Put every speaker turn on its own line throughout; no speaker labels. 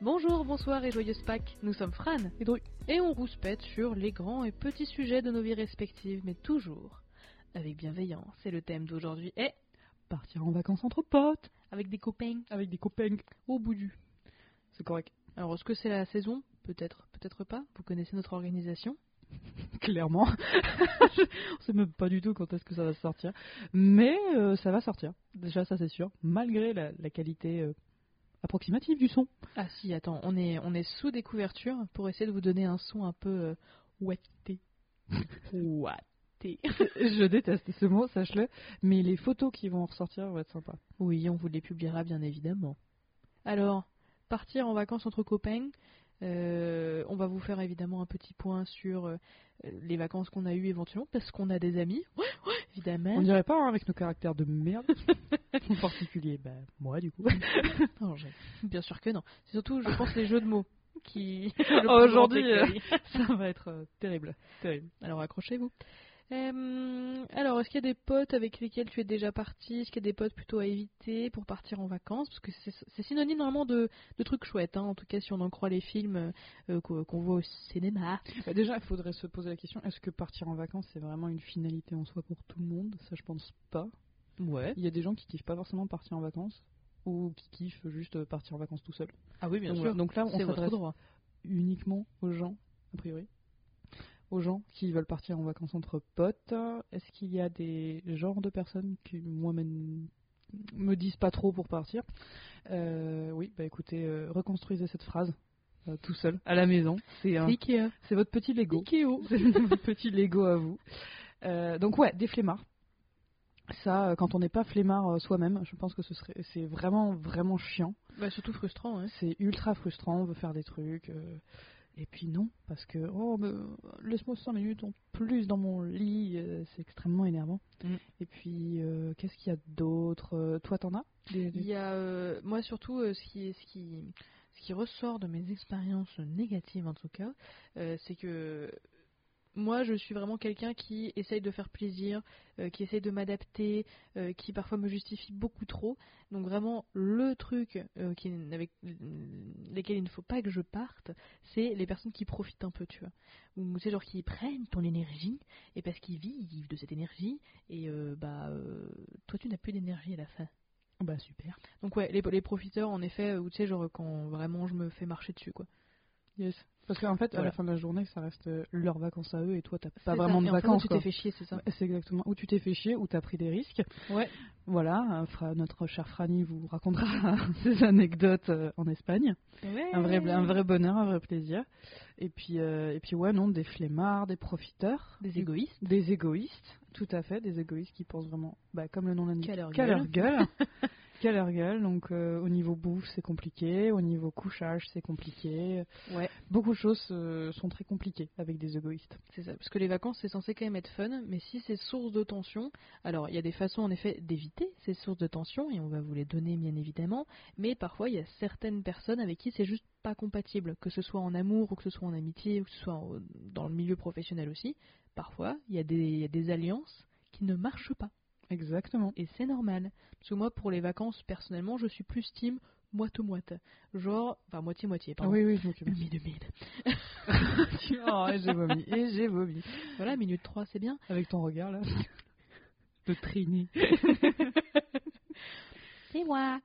Bonjour, bonsoir et joyeuse Pâques. Nous sommes Fran et Dru. Et on rouspète sur les grands et petits sujets de nos vies respectives, mais toujours avec bienveillance. Et le thème d'aujourd'hui est
Partir en vacances entre potes,
avec des copains
avec des copains.
au bout du.
C'est correct.
Alors, est-ce que c'est la saison Peut-être, peut-être pas. Vous connaissez notre organisation.
Clairement. On sait même pas du tout quand est-ce que ça va sortir. Mais euh, ça va sortir. Déjà, ça c'est sûr. Malgré la, la qualité euh, approximative du son.
Ah si, attends, on est, on est sous des couvertures pour essayer de vous donner un son un peu euh, ouaté. Ouaté.
Je déteste ce mot, sache-le. Mais les photos qui vont en ressortir vont être sympas.
Oui, on vous les publiera bien évidemment. Alors, partir en vacances entre copains, euh, on va vous faire évidemment un petit point sur euh, les vacances qu'on a eues éventuellement, parce qu'on a des amis, Ouais, ouais, évidemment.
On dirait pas hein, avec nos caractères de merde. en particulier, bah, moi du coup.
Non, je- Bien sûr que non. C'est surtout, je pense, les jeux de mots qui...
Aujourd'hui,
le plus grand écueil.
ça va être euh, terrible. Terrible.
Alors accrochez-vous. Euh, alors, est-ce qu'il y a des potes avec lesquels tu es déjà parti Est-ce qu'il y a des potes plutôt à éviter pour partir en vacances Parce que c'est c'est synonyme normalement de, de trucs chouettes, hein. en tout cas si on en croit les films euh, qu'on qu'on voit au cinéma.
Bah, déjà, il faudrait se poser la question est-ce que partir en vacances c'est vraiment une finalité en soi pour tout le monde Ça, je pense pas.
Ouais.
Il y a des gens qui kiffent pas forcément partir en vacances ou qui kiffent juste partir en vacances tout seul.
Ah oui, bien
donc,
sûr.
donc là, on
C'est votre
s'adresse
droit.
uniquement aux gens, a priori, aux gens qui veulent partir en vacances entre potes. Est-ce qu'il y a des genres de personnes qui, moi, mènent- me disent pas trop pour partir Euh, Oui, bah écoutez, euh, reconstruisez cette phrase euh, tout seul, à la maison. C'est un-
Ikea.
c'est votre petit Lego.
Ikeo.
C'est mon petit Lego à vous. Euh, donc ouais, des flemmards. Ça, euh, quand on n'est pas flemmard euh, soi-même, je pense que ce serait, c'est vraiment vraiment chiant.
Bah, surtout frustrant, hein.
C'est ultra frustrant. On veut faire des trucs. euh, et puis non, parce que oh, mais, euh, laisse-moi 5 minutes en plus dans mon lit, euh, c'est extrêmement énervant.
Mm.
Et puis euh, qu'est-ce qu'il y a d'autre Euh, Toi, t'en as Des- des-
Il y a, euh, moi surtout, euh, ce, qui, ce, qui, ce qui ressort de mes expériences négatives en tout cas, euh, c'est que moi je suis vraiment quelqu'un qui essaye de faire plaisir, euh, qui essaye de m'adapter, euh, qui parfois me justifie beaucoup trop. Donc vraiment le truc euh, qui, avec lesquels il ne faut pas que je parte, c'est les personnes qui profitent un peu, tu vois. Ou c'est genre qui prennent ton énergie et parce qu'ils vivent, ils vivent de cette énergie et euh, bah euh, toi tu n'as plus d'énergie à la fin.
Bah super.
Donc ouais, les, les profiteurs en effet, euh, ou tu sais genre quand vraiment je me fais marcher dessus quoi.
Yes. Parce qu'en fait, à
Voilà.
la fin de la journée, ça reste euh, leurs vacances à eux et toi, t'as
C'est ça.
pas vraiment
Et
de
en fait,
vacances.
Tu
quoi.
t'es fait chier, c'est ça.
Ouais, C'est exactement où tu t'es fait chier, où t'as pris des risques.
Ouais.
Voilà, euh, Fra- notre chère Franny vous racontera ses anecdotes euh, en Espagne. Un vrai, un vrai bonheur, un vrai plaisir. Et puis, euh, et puis ouais, non, des flemmards, des profiteurs,
Des égoïstes.
des égoïstes, tout à fait, des égoïstes qui pensent vraiment, bah, comme le nom l'indique,
Qu'à leur
qu'à
gueule.
leur gueule. Qu'à leur gueule. Donc, euh, au niveau bouffe, c'est compliqué. Au niveau couchage, c'est compliqué.
Ouais.
Beaucoup de choses euh, sont très compliquées avec des égoïstes.
C'est ça. Parce que les vacances c'est censé quand même être fun, mais si c'est source de tension, alors il y a des façons en effet d'éviter ces sources de tension et on va vous les donner bien évidemment. Mais parfois il y a certaines personnes avec qui c'est juste pas compatible, que ce soit en amour ou que ce soit en amitié ou que ce soit en- dans le milieu professionnel aussi. Parfois il y a des- il y a des alliances qui ne marchent pas.
Exactement.
et c'est normal. Parce que moi, pour les vacances, personnellement, je suis plus team moite-moite. Genre, enfin, moitié-moitié, pardon.
oui, oui, je m'occupe.
Humide-humide.
oh, et j'ai vomi, et j'ai vomi.
Voilà, minute 3, c'est bien.
Avec ton regard là. De trini.
C'est moi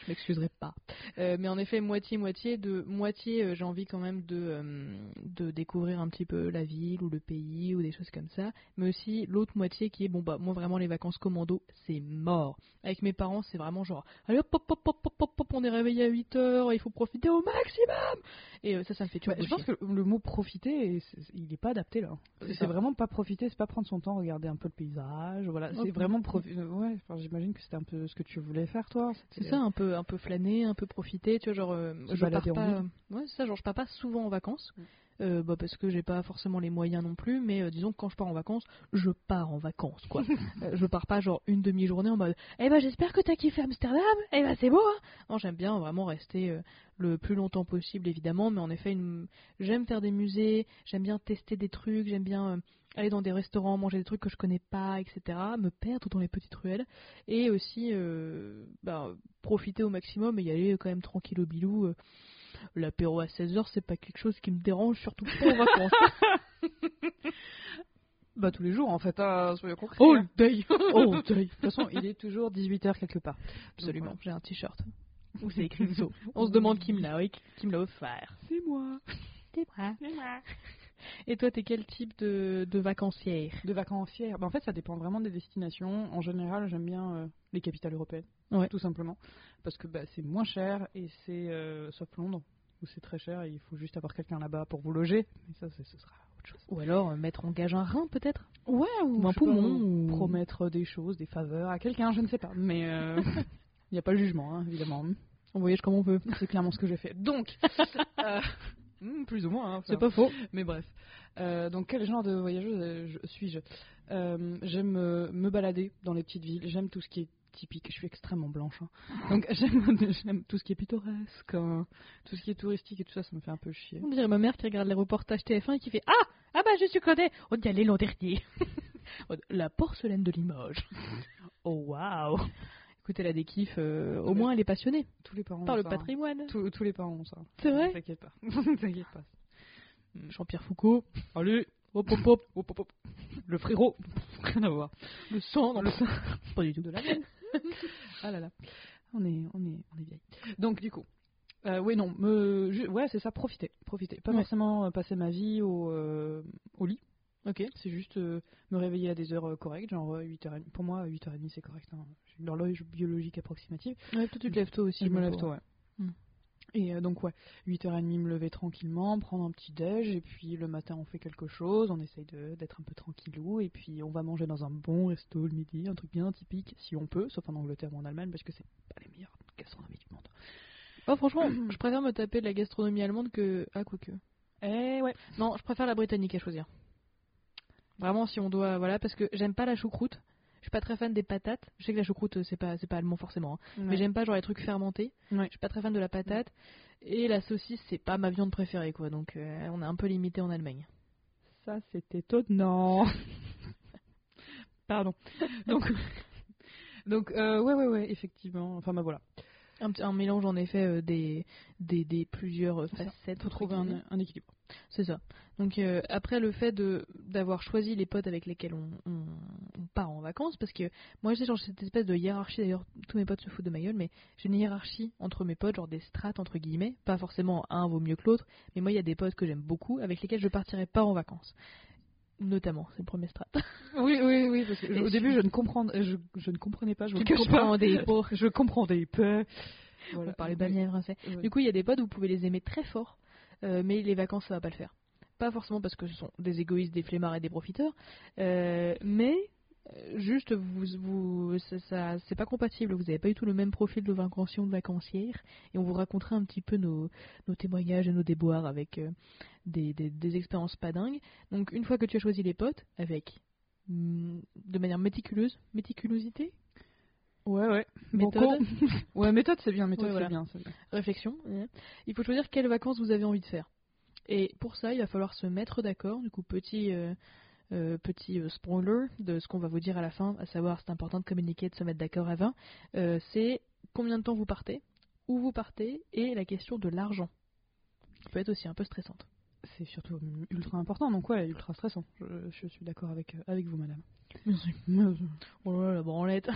Je m'excuserai pas. Euh, mais en effet, moitié-moitié, de moitié, euh, j'ai envie quand même de, euh, de découvrir un petit peu la ville ou le pays ou des choses comme ça. Mais aussi l'autre moitié qui est, bon bah, moi vraiment les vacances commando, c'est mort. Avec mes parents, c'est vraiment genre, allez hop, hop, hop, hop, hop, hop, hop, on est réveillé à 8 heures, il faut profiter au maximum Et euh, ça, ça me fait tuer.
Bah, je pense que le mot profiter, est- c'est- il n'est pas adapté là.
C'est
C'est
ça.
vraiment pas profiter, c'est pas prendre son temps, regarder un peu le paysage. Voilà,
Ok.
c'est vraiment profiter. Ouais, enfin, j'imagine que c'était un peu ce que tu voulais faire toi.
C'est
C'était-
ça, un peu, un peu flâner, un peu profiter, tu vois, genre, euh,
Se
je pars
balader en
pas, ouais, c'est ça, genre, je pars pas souvent en vacances,
Mm.
euh, bah, parce que j'ai pas forcément les moyens non plus, mais euh, disons que quand je pars en vacances, je pars en vacances, quoi. Euh, je pars pas genre une demi-journée en mode Eh ben j'espère que t'as kiffé Amsterdam, eh ben c'est beau, hein Non, j'aime bien vraiment rester euh, le plus longtemps possible, évidemment, mais en effet, une... j'aime faire des musées, j'aime bien tester des trucs, j'aime bien. euh, aller dans des restaurants, manger des trucs que je connais pas, etc. Me perdre dans les petites ruelles et aussi euh, bah, profiter au maximum et y aller quand même tranquille au bilou. euh. L'apéro à 16h, c'est pas quelque chose qui me dérange, surtout pas en vacances.
Bah tous les jours en fait, hein, soyons concrets.
All
hein.
day All day
De toute façon, il est toujours 18h quelque part.
Absolument, j'ai un t-shirt où c'est
c'est
écrit
écrit
zo. On se demande qui me l'a qui me l'a offert.
C'est moi.
Et toi, t'es quel type de, de vacancière
De vacances fières. Bah, en fait, ça dépend vraiment des destinations. En général, j'aime bien euh, les capitales européennes,
Ouais.
tout simplement, parce que bah, c'est moins cher et c'est euh, sauf Londres où c'est très cher et il faut juste avoir quelqu'un là-bas pour vous loger. Mais ça, c'est- ce sera autre chose.
Ou alors euh, mettre en gage un rein peut-être
Ouais,
Ou un
je sais pas,
poumon, ou-
promettre des choses, des faveurs à quelqu'un, je ne sais pas. Mais euh, il n'y a pas le jugement, hein, évidemment.
On voyage comme on peut.
C'est clairement ce que j'ai fait. Donc, euh, hmm, plus ou moins. hein,
C'est
enfin,
pas faux.
Mais bref. Euh, donc, quel genre de voyageuse euh, je- suis-je Euh, J'aime euh, me balader dans les petites villes. J'aime tout ce qui est typique. Je suis extrêmement blanche. hein.
Ah.
Donc, j'aime j'aime tout ce qui est pittoresque, hein, tout ce qui est touristique et tout ça. Ça me fait un peu chier.
On dirait ma mère qui regarde les reportages TF1 et qui fait Ah Ah bah je te connais On y allait l'an dernier Oh, La porcelaine de Limoges Oh waouh Écoute, elle a des kiffs, euh, au
Ouais.
moins elle est passionnée
Tous les parents
par
ont
le
ça, hein.
patrimoine.
Tous, tous les parents ont ça.
C'est vrai
T'inquiète pas. T'inquiète pas.
Jean-Pierre Foucault,
Allez, hop hop hop, hop hop hop. Le frérot, rien à voir.
le sang dans le sang. Pas du tout.
de la veine. ah là là, on est, on est, on est vieille. Donc du coup, euh, oui non, me, ju- ouais c'est ça, profiter, profiter. Pas
Ouais.
forcément euh, passer ma vie au, euh, au lit.
Ok.
C'est juste euh, me réveiller à des heures euh, correctes, genre 8h. Pour moi, 8h30 c'est correct. Hein. J'ai une horloge biologique approximative.
Ouais, toi tu te lèves tôt aussi.
je me
mon
lève
pauvre.
tôt, ouais.
Hmm.
Et euh, donc ouais, 8h30 me lever tranquillement, prendre un petit déj et puis le matin on fait quelque chose, on essaye de- d'être un peu tranquillou et puis on va manger dans un bon resto le midi, un truc bien typique si on peut, sauf en Angleterre ou en Allemagne parce que c'est pas les meilleures gastronomies du monde.
Oh, franchement, je préfère me taper de la gastronomie allemande que. Ah, quoique.
Eh ouais.
Non, je préfère la britannique à choisir. Vraiment, si on doit. Voilà, parce que j'aime pas la choucroute. Je suis pas très fan des patates. Je sais que la choucroute, euh, c'est pas, c'est pas allemand forcément. hein. mais j'aime pas genre les trucs fermentés.
Ouais.
Je suis pas très fan de la patate et la saucisse c'est pas ma viande préférée quoi. Donc euh, on est un peu limité en Allemagne.
Ça c'est étonnant. Pardon. Donc donc euh, ouais ouais ouais effectivement. Enfin bah voilà.
Un, petit- un mélange en effet euh, des, des des plusieurs euh,
C'est ça.
facettes.
Faut
entre
trouver
guillemets.
un, un équilibre.
C'est ça. Donc euh, après le fait de d'avoir choisi les potes avec lesquels on, on, on part en vacances, parce que moi j'ai genre cette espèce de hiérarchie, d'ailleurs tous mes potes se foutent de ma gueule, mais j'ai une hiérarchie entre mes potes, genre des strates entre guillemets, pas forcément un vaut mieux que l'autre, mais moi il y a des potes que j'aime beaucoup avec lesquels je partirai pas en vacances. Notamment, c'est le premier strat.
Oui oui oui parce que
Et
au
je-
début je ne comprends je, je ne comprenais pas je vous
Tu
le cache pas.
comprends des pots.
Je comprends des peu. Voilà.
On parlait pas bien français. Du
Du
coup, il y a des potes, vous pouvez les aimer très fort, euh, mais les vacances, ça va pas le faire. Pas forcément parce que ce sont des égoïstes, des flemmards et des profiteurs, euh, mais euh, juste, vous, vous, ça, ça- c'est pas compatible. Vous n'avez pas du tout le même profil de vacancier ou de vacancière, et on vous racontera un petit peu nos, nos témoignages et nos déboires avec euh, des, des- des expériences pas dingues. Donc, une fois que tu as choisi les potes, avec hum, de manière méticuleuse, méticulosité,
coup, ouais, ouais.
méthode,
Banco. ouais, méthode, c'est bien, méthode,
Ouais,
c'est
voilà.
bien, c'est bien.
réflexion, hein. il faut choisir quelles vacances vous avez envie de faire. Et pour ça, il va falloir se mettre d'accord. Du coup, petit, euh, euh, petit euh, spoiler de ce qu'on va vous dire à la fin, à savoir c'est important de communiquer, de se mettre d'accord avant, euh, c'est combien de temps vous partez, où vous partez, et la question de l'argent, qui peut être aussi un peu stressante.
C'est surtout ultra important, donc ouais, ultra stressant. Je, je suis d'accord avec, euh, avec vous, madame.
Oh là là, la branlette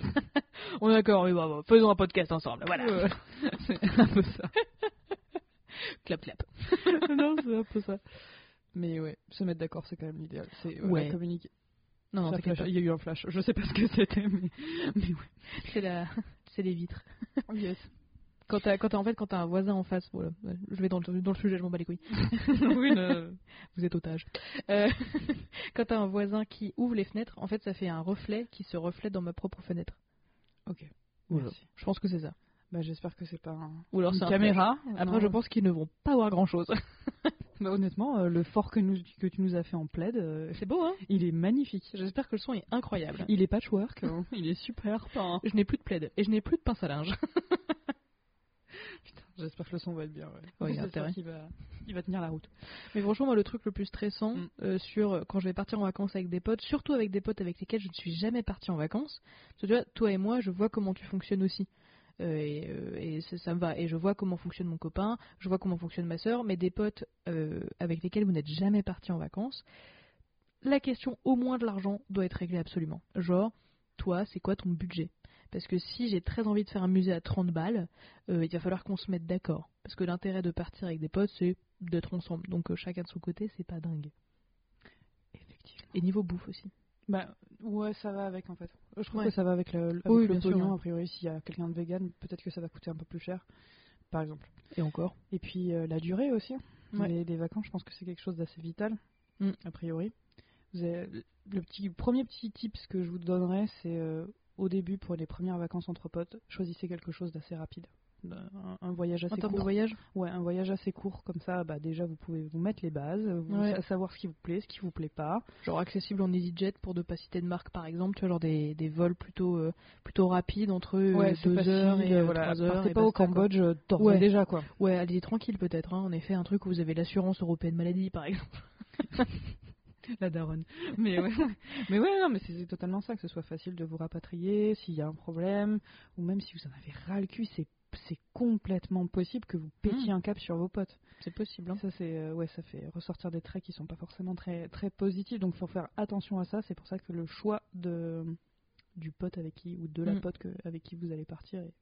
On est d'accord, oui, bravo. faisons un podcast ensemble, voilà.
Euh, c'est un peu ça.
Clap, clap.
non, c'est un peu ça. Mais ouais, se mettre d'accord, c'est quand même l'idéal. C'est voilà,
Ouais.
communiquer.
Non, non,
Ça
t'inquiète
flash- Il y a eu un flash. Je sais pas ce que c'était, mais, mais ouais.
pas, c'est la... c'est les vitres.
Yes.
Quand t'as, quand t'as- en fait, quand t'as un voisin en face, voilà, ouais, je vais dans le, dans le sujet, je m'en bats les couilles.
oui, non.
Vous êtes otage. Euh, quand t'as un voisin qui ouvre les fenêtres, en fait, ça fait un reflet qui se reflète dans ma propre fenêtre.
Ok.
Voilà.
Merci.
Je pense que c'est ça.
Bah, j'espère que c'est pas un-
Ou alors
une
c'est un
caméra.
flash. Après, je pense qu'ils ne vont pas voir grand chose.
Bah, honnêtement, euh, le fort que, nous, que tu nous as fait en plaid, euh,
c'est beau, hein
il est magnifique.
J'espère que le son est incroyable.
Il est patchwork, hein. il est super peint.
Je n'ai plus de plaid et je n'ai plus de pince à linge.
J'espère que le son va être bien. Ouais.
Ouais, il a
J'espère
intérêt.
qu'il va, il va tenir la route.
Mais franchement, moi, le truc le plus stressant
Mm.
euh, sur euh, quand je vais partir en vacances avec des potes, surtout avec des potes avec lesquels je ne suis jamais partie en vacances, parce que tu vois, toi et moi, je vois comment tu fonctionnes aussi. Euh, et euh, et ça, ça me va. Et je vois comment fonctionne mon copain, je vois comment fonctionne ma sœur, mais des potes euh, avec lesquels vous n'êtes jamais parti en vacances, la question au moins de l'argent doit être réglée absolument. Genre, toi, c'est quoi ton budget Parce que si j'ai très envie de faire un musée à 30 balles, euh, il va falloir qu'on se mette d'accord. Parce que l'intérêt de partir avec des potes, c'est d'être ensemble. Donc euh, chacun de son côté, c'est pas dingue.
Effectivement.
Et niveau bouffe aussi.
Bah, ouais, ça va avec en fait. Je trouve
Ouais.
que ça va avec le, avec
Oui,
le
bien sûr,
pognon.
ouais.
A priori, s'il y a quelqu'un de vegan, peut-être que ça va coûter un peu plus cher, par exemple.
Et encore.
Et puis euh, la durée aussi.
Ouais.
Les, les vacances, je pense que c'est quelque chose d'assez vital,
Mm.
a priori. Vous avez- le petit, le premier petit tips que je vous donnerais, c'est euh, au début, pour les premières vacances entre potes, choisissez quelque chose d'assez rapide. Ben, Un, un voyage
En
assez
termes de
court.
voyage
Ouais, un voyage assez court, comme ça, bah, déjà, vous pouvez vous mettre les bases, vous
Ouais.
sa- savoir ce qui vous plaît, ce qui vous plaît pas.
Genre accessible en EasyJet pour ne pas citer de marque par exemple, tu vois, genre des, des vols plutôt, euh, plutôt rapides entre
Ouais, c'est
2
facile,
heures et
euh,
3
voilà,
heures.
partez
et
pas au
basta, quoi.
Cambodge euh, d'ores
Ouais.
et déjà, quoi.
Ouais, allez tranquille peut-être. hein. En effet, un truc où vous avez l'assurance européenne maladie par exemple.
La daronne. Mais ouais, mais ouais, non, mais c'est c'est totalement ça, que ce soit facile de vous rapatrier s'il y a un problème, ou même si vous en avez ras le cul, c'est c'est complètement possible que vous pétiez un cap sur vos potes.
C'est possible. hein.
Ça c'est euh, ouais, ça fait ressortir des traits qui sont pas forcément très très positifs, donc faut faire attention à ça. C'est pour ça que le choix de du pote avec qui ou de la
Mm.
pote que- avec qui vous allez partir est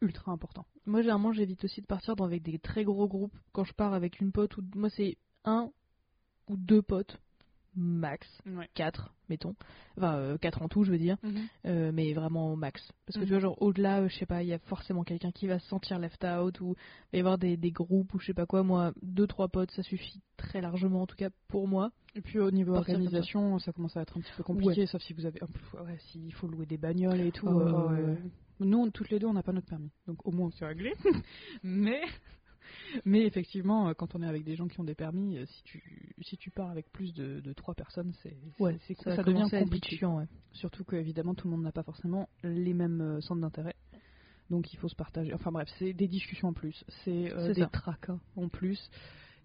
ultra important.
Moi, généralement, j'évite aussi de partir dans, avec des très gros groupes quand je pars avec une pote. Ou, moi, c'est un ou deux potes, max. Quatre, mettons. Enfin, euh, quatre en tout, je veux dire.
Mm-hmm.
Euh, mais vraiment au max. Parce que tu
Mhm.
vois, genre au-delà, euh, je sais pas, il y a forcément quelqu'un qui va se sentir left out ou il va y avoir des, des groupes ou je sais pas quoi. Moi, deux, trois potes, ça suffit très largement, en tout cas pour moi.
Et puis au niveau
Partir comme ça.
organisation, ça. commence à être un petit peu compliqué, sauf si vous avez, pff, ouais, s'il faut louer des bagnoles et tout.
Ah ouais,
euh,
ouais,
euh,
ouais.
Nous, on- toutes les deux, on n'a pas notre permis, donc au moins c'est réglé. mais, mais effectivement, euh, quand on est avec des gens qui ont des permis, euh, si tu, si tu pars avec plus de, de trois personnes, c'est, c'est- c'est- ça,
va
devient
commencer à être
compliqué.
chiant, ouais.
Surtout que évidemment, tout le monde n'a pas forcément les mêmes euh, centres d'intérêt. Donc il faut se partager. Enfin bref, c'est des discussions en plus, c'est euh,
C'est
des
ça.
tracas en plus,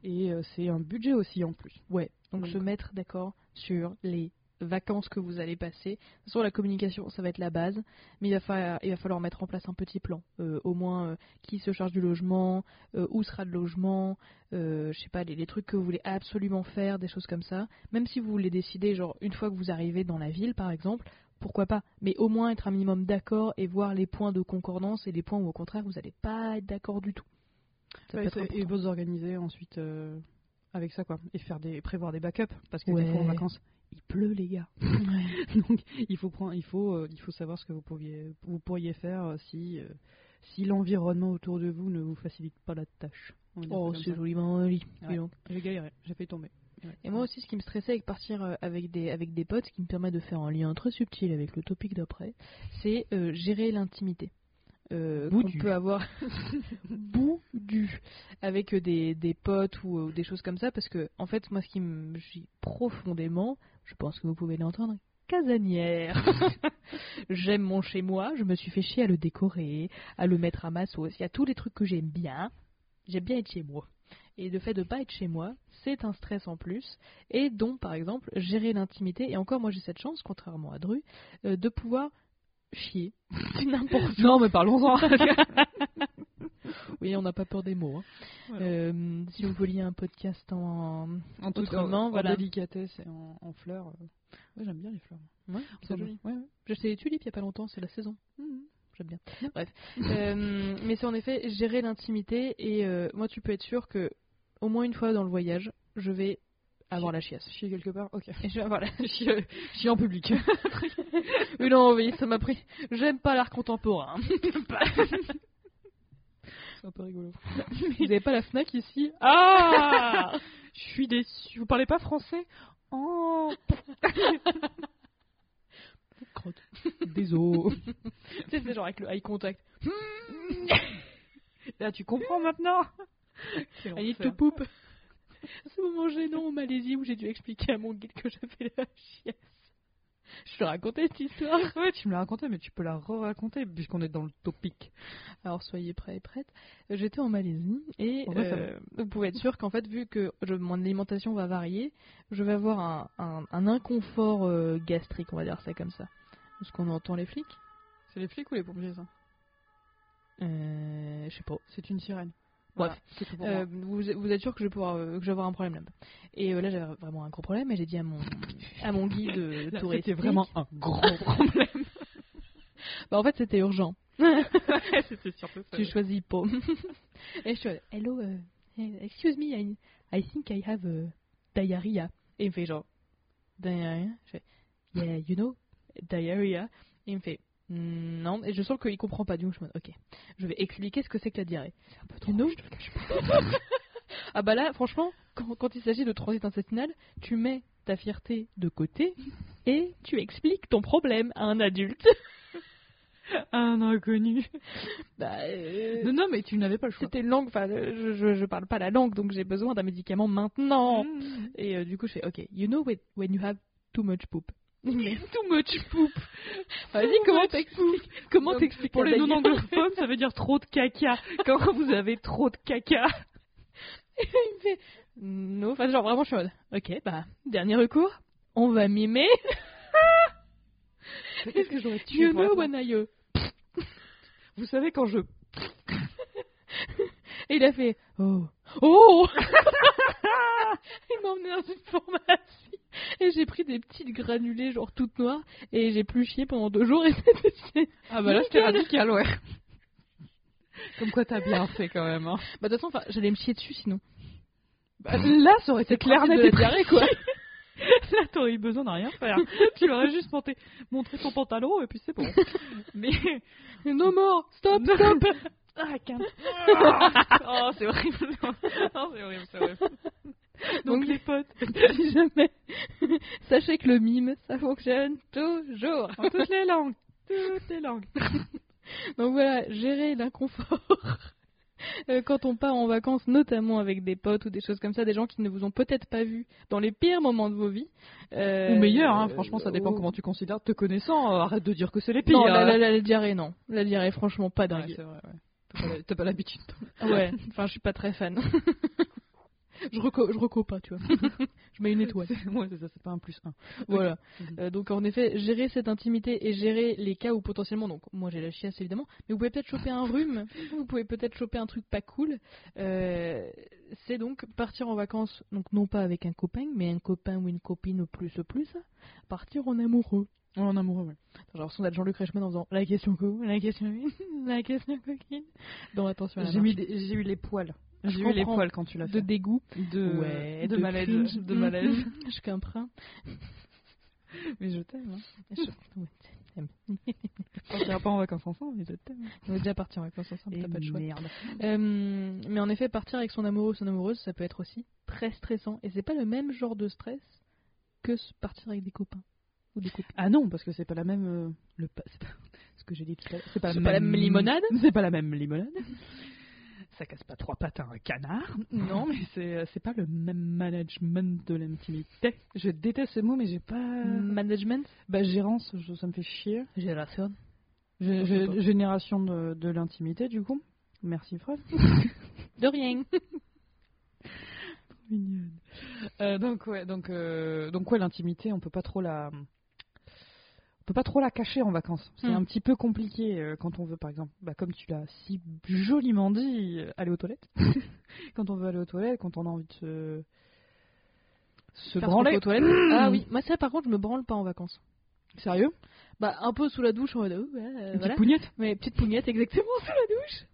et euh, c'est un budget aussi en plus.
Ouais, donc,
Donc.
se mettre d'accord sur les vacances que vous allez passer. De toute façon, la communication, ça va être la base, mais il va falloir, il va falloir mettre en place un petit plan. Euh, au moins, euh, qui se charge du logement, euh, où sera le logement, euh, je sais pas, les, les trucs que vous voulez absolument faire, des choses comme ça. Même si vous voulez décider, genre, une fois que vous arrivez dans la ville, par exemple, pourquoi pas Mais au moins être un minimum d'accord et voir les points de concordance et les points où, au contraire, vous n'allez pas être d'accord du tout. Ça
Ouais,
peut être
et- Bah, et
important.
vous organiser ensuite euh, avec ça quoi et faire des prévoir des backups parce que des fois en
Ouais.
vacances il pleut les gars
Ouais.
donc il faut prendre il faut euh, il faut savoir ce que vous pourriez vous pourriez faire euh, si euh, si l'environnement autour de vous ne vous facilite pas la tâche On va dire
Oh,
ça comme
c'est
ça.
joliment joli.
Ouais.
dis donc.
j'ai galéré j'ai failli tomber
Et moi aussi, ce qui me stressait avec partir euh, avec des, avec des potes, ce qui me permet de faire un lien très subtil avec le topic d'après, c'est euh, gérer l'intimité. Euh, qu'on
Boudu.
peut avoir boudu avec euh, des, des potes ou, euh, ou des choses comme ça parce que en fait moi ce qui me gît profondément je pense que vous pouvez l'entendre casanière j'aime mon chez moi je me suis fait chier à le décorer à le mettre à ma sauce il y a tous les trucs que j'aime bien j'aime bien être chez moi et le fait de pas être chez moi, c'est un stress en plus, et dont, par exemple, gérer l'intimité. Et encore, moi, j'ai cette chance, contrairement à Dru, euh, de pouvoir chier n'importe où.
non mais parlons-en
Oui, on n'a pas peur des mots. hein.
Voilà.
Euh, si vous vouliez un podcast en...
en tout
Autrement,
en,
voilà.
en délicatesse et en, en fleurs euh. ouais j'aime bien les fleurs
Ouais,
Ça me- ouais, ouais.
J'ai acheté des tulipes il n'y a pas longtemps, c'est la saison.
Mhm.
J'aime bien. Bref. Euh, mais c'est en effet gérer l'intimité, et euh, moi, tu peux être sûr que au moins une fois dans le voyage, je vais avoir la chiasse.
chier quelque part ok
Et je vais avoir la euh, chiasse.
chier en public
Une envie, ça m'a pris. J'aime pas l'art contemporain.
c'est un peu rigolo
Vous avez pas la Fnac ici
Ah Je suis déçue. Vous parlez pas français Oh
crotte.
Désolé.
tu sais, genre avec le eye contact.
Là, tu comprends maintenant
Allez, te poupe. Ce moment gênant en Malaisie où j'ai dû expliquer à mon guide que j'avais la chiasse. Je te racontais cette histoire.
Ouais, tu me l'as raconté, mais tu peux la re-raconter puisqu'on est dans le topic.
Alors soyez prêts et prêtes. J'étais en Malaisie et
En vrai, ça
euh, vous pouvez être sûr qu'en fait, vu que je- mon alimentation va varier, je vais avoir un, un- un inconfort euh, gastrique, on va dire ça comme ça. Parce qu'on entend les flics.
C'est les flics ou les pompiers, ça
Euh, je sais pas.
C'est une sirène.
Bref.
Voilà, c'est tout pour
Euh,
moi.
vous, vous êtes sûr que je vais pouvoir euh, que je vais avoir un problème là-bas. Et euh, là j'avais vraiment un gros problème et j'ai dit à mon à mon guide euh,
Là,
touristique.
C'était vraiment un gros problème.
Bah, en fait c'était urgent.
C'était surtout ça.
Tu choisis pas. et je suis là, hello euh, excuse me I, I think I have euh, diarrhea. Et il me fait genre diarrhea. Je fais yeah you know diarrhea. Et il me fait Hmm, non et je sens qu'il comprend pas du coup je me dis ok je vais expliquer ce que c'est que la diarrhée.
C'est un peu
You know
je te le cache pas.
Ah bah là, franchement, quand, quand il s'agit de transit intestinal, tu mets ta fierté de côté et tu expliques ton problème à un adulte.
Un inconnu.
Bah, euh,
Non, non, mais tu n'avais pas le choix.
c'était une langue, enfin, euh, je, je, je parle pas la langue, donc j'ai besoin d'un médicament maintenant.
Mmh.
Et euh, du coup, je fais, ok, you know when, when you have too much poop. Mais too much poop. Vas-y,
Too
comment
much
t'expliques Comment
Donc,
t'expliques
Pour
à
les
Daniel
non-anglophones, ça veut dire trop de caca. Quand vous avez trop de caca.
Il me fait, no, enfin, genre vraiment, je suis en mode, ok, bah, dernier recours, on va mimer.
Qu'est-ce que j'aurais tué
You
pour
know
être-
when I, euh,
Vous savez, quand je
Et il a fait Oh Oh Il m'a emmené dans une pharmacie et j'ai pris des petites granulées, genre toutes noires, et j'ai plus chié pendant deux jours et c'était.
Ah
bah là, c'était
radical, ouais. Comme quoi t'as bien fait quand même. Hein.
Bah, de toute façon, enfin, j'allais me chier dessus sinon.
Bah, là, ça aurait
C'est clair, net et précis.
Là, t'aurais eu besoin de rien faire. tu l'aurais juste monté, montré ton pantalon et puis c'est bon. Mais
No more Stop
Non.
Stop
ah, calme. oh, c'est horrible. Oh, c'est horrible, c'est horrible. Donc,
Donc,
les potes,
Si jamais. Sachez que le mime, ça fonctionne toujours.
en toutes les langues, toutes les langues.
Donc voilà, gérer l'inconfort. euh, Quand on part en vacances, notamment avec des potes ou des choses comme ça, des gens qui ne vous ont peut-être pas vu dans les pires moments de vos vies. euh,
Ou meilleur, hein, franchement, ça dépend
ou-
comment tu considères. Te connaissant, euh, arrête de dire que c'est les pires.
Non, la, la- la- la diarrhée, non. La diarrhée, franchement, pas
Ouais,
dingue.
c'est vrai, ouais. T'as pas la- T'as pas l'habitude.
Ouais, enfin, je suis pas très fan. je, reco je reco pas, tu vois. je mets une étoile.
C'est- Ouais, c'est ça, c'est pas un plus un.
Voilà.
Mhm.
Euh, donc, en effet, gérer cette intimité et gérer les cas où potentiellement, donc, moi j'ai la chiasse évidemment, mais vous pouvez peut-être choper un rhume, vous pouvez peut-être choper un truc pas cool. Euh, C'est donc partir en vacances, donc non pas avec un copain, mais un copain ou une copine au plus au plus, partir en amoureux.
Ouais, en amoureux, ouais.
J'ai l'impression d'être Jean-Luc Reichmann en faisant la question co, la question la question coquine. Dans attention à la
J'ai
marche.
mis des- j'ai eu les poils.
Je
J'ai eu les
comprends.
poils quand tu l'as
de
fait.
dégoût,
De, euh, de, malaise.
cringe.
De malaise.
Mhm. Je comprends.
Mais je t'aime. Hein.
Je- Ouais, t'aimes.
On ira pas en vacances ensemble, mais je t'aime.
On est déjà parti en vacances ensemble,
Et
t'as pas de choix.
merde.
Euh, mais en effet, partir avec son amoureux ou son amoureuse, ça peut être aussi très stressant. Et c'est pas le même genre de stress que se partir avec des copains ou des copines.
Ah non, parce que c'est pas la même. euh, le pa- c'est pas- ce que j'ai dit tout à l'heure. C'est pas,
C'est pas la même limonade.
C'est pas la même limonade. Ça casse pas trois pattes à un canard. Non, mais c'est euh, c'est pas le même management de l'intimité. Je déteste ce mot, mais j'ai pas.
Mm. Management,
Bah, gérance, je- ça me fait chier.
génération.
Gé-
Je sais
gé-
pas.
génération de, de l'intimité, du coup. Merci, Fred.
De rien.
Mignonne. Euh, donc ouais, donc euh, donc ouais, l'intimité, on peut pas trop la, on peut pas trop la cacher en vacances. C'est
Hmm.
un petit peu compliqué euh, quand on veut, par exemple, bah, comme tu l'as si joliment dit, euh, aller aux toilettes. quand on veut aller aux toilettes, quand on a envie de se se
Faire son pot
branler.
aux toilettes. ah oui, moi ça par contre, je me branle pas en vacances.
Sérieux
Bah un peu sous la douche en mode oh, ouais, euh,
Une
voilà.
petite pougnette.
Mais petite pougnette exactement sous la douche.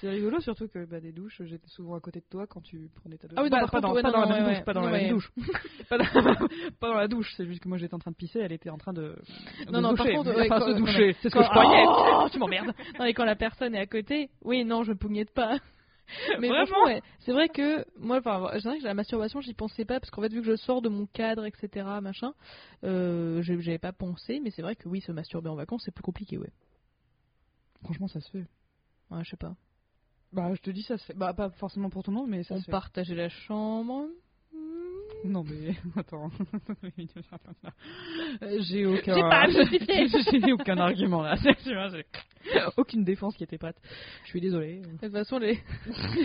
C'est rigolo, surtout que bah, des douches, j'étais souvent à côté de toi quand tu prenais ta douche.
Ah oui, non,
Pas-
par
pas
contre,
dans
ouais,
pas
non,
dans la
non,
même
ouais,
douche, pas dans
ouais.
la même
Non,
douche. Pas dans- pas dans la douche, c'est juste que moi j'étais en train de pisser, elle était en train de. de
Non, non,
se
par
doucher.
contre,
Enfin,
ouais, quand-
se
quand- Oh.
doucher, Ah, c'est ce que
quand-
je croyais.
Oh, tu m'emmerdes. Non, et quand la personne est à côté, oui, non, je pougnette pas. Mais
Vraiment
franchement, ouais, c'est vrai que moi, enfin, c'est vrai que la masturbation, j'y pensais pas parce qu'en fait, vu que je sors de mon cadre, etc., machin, euh, je- j'avais pas pensé, mais c'est vrai que oui, se masturber en vacances, c'est plus compliqué, ouais.
Franchement, ça se fait.
Ouais, je sais pas.
Bah, je te dis, ça se fait. Bah, pas forcément pour tout le monde, mais ça
On
se fait.
partageait la chambre.
Non, mais attends. Euh, J'ai aucun.
J'ai pas à me justifier.
J'ai aucun argument là. Tu vois, j'ai aucune défense qui était prête. Je suis désolée.
De toute façon, les,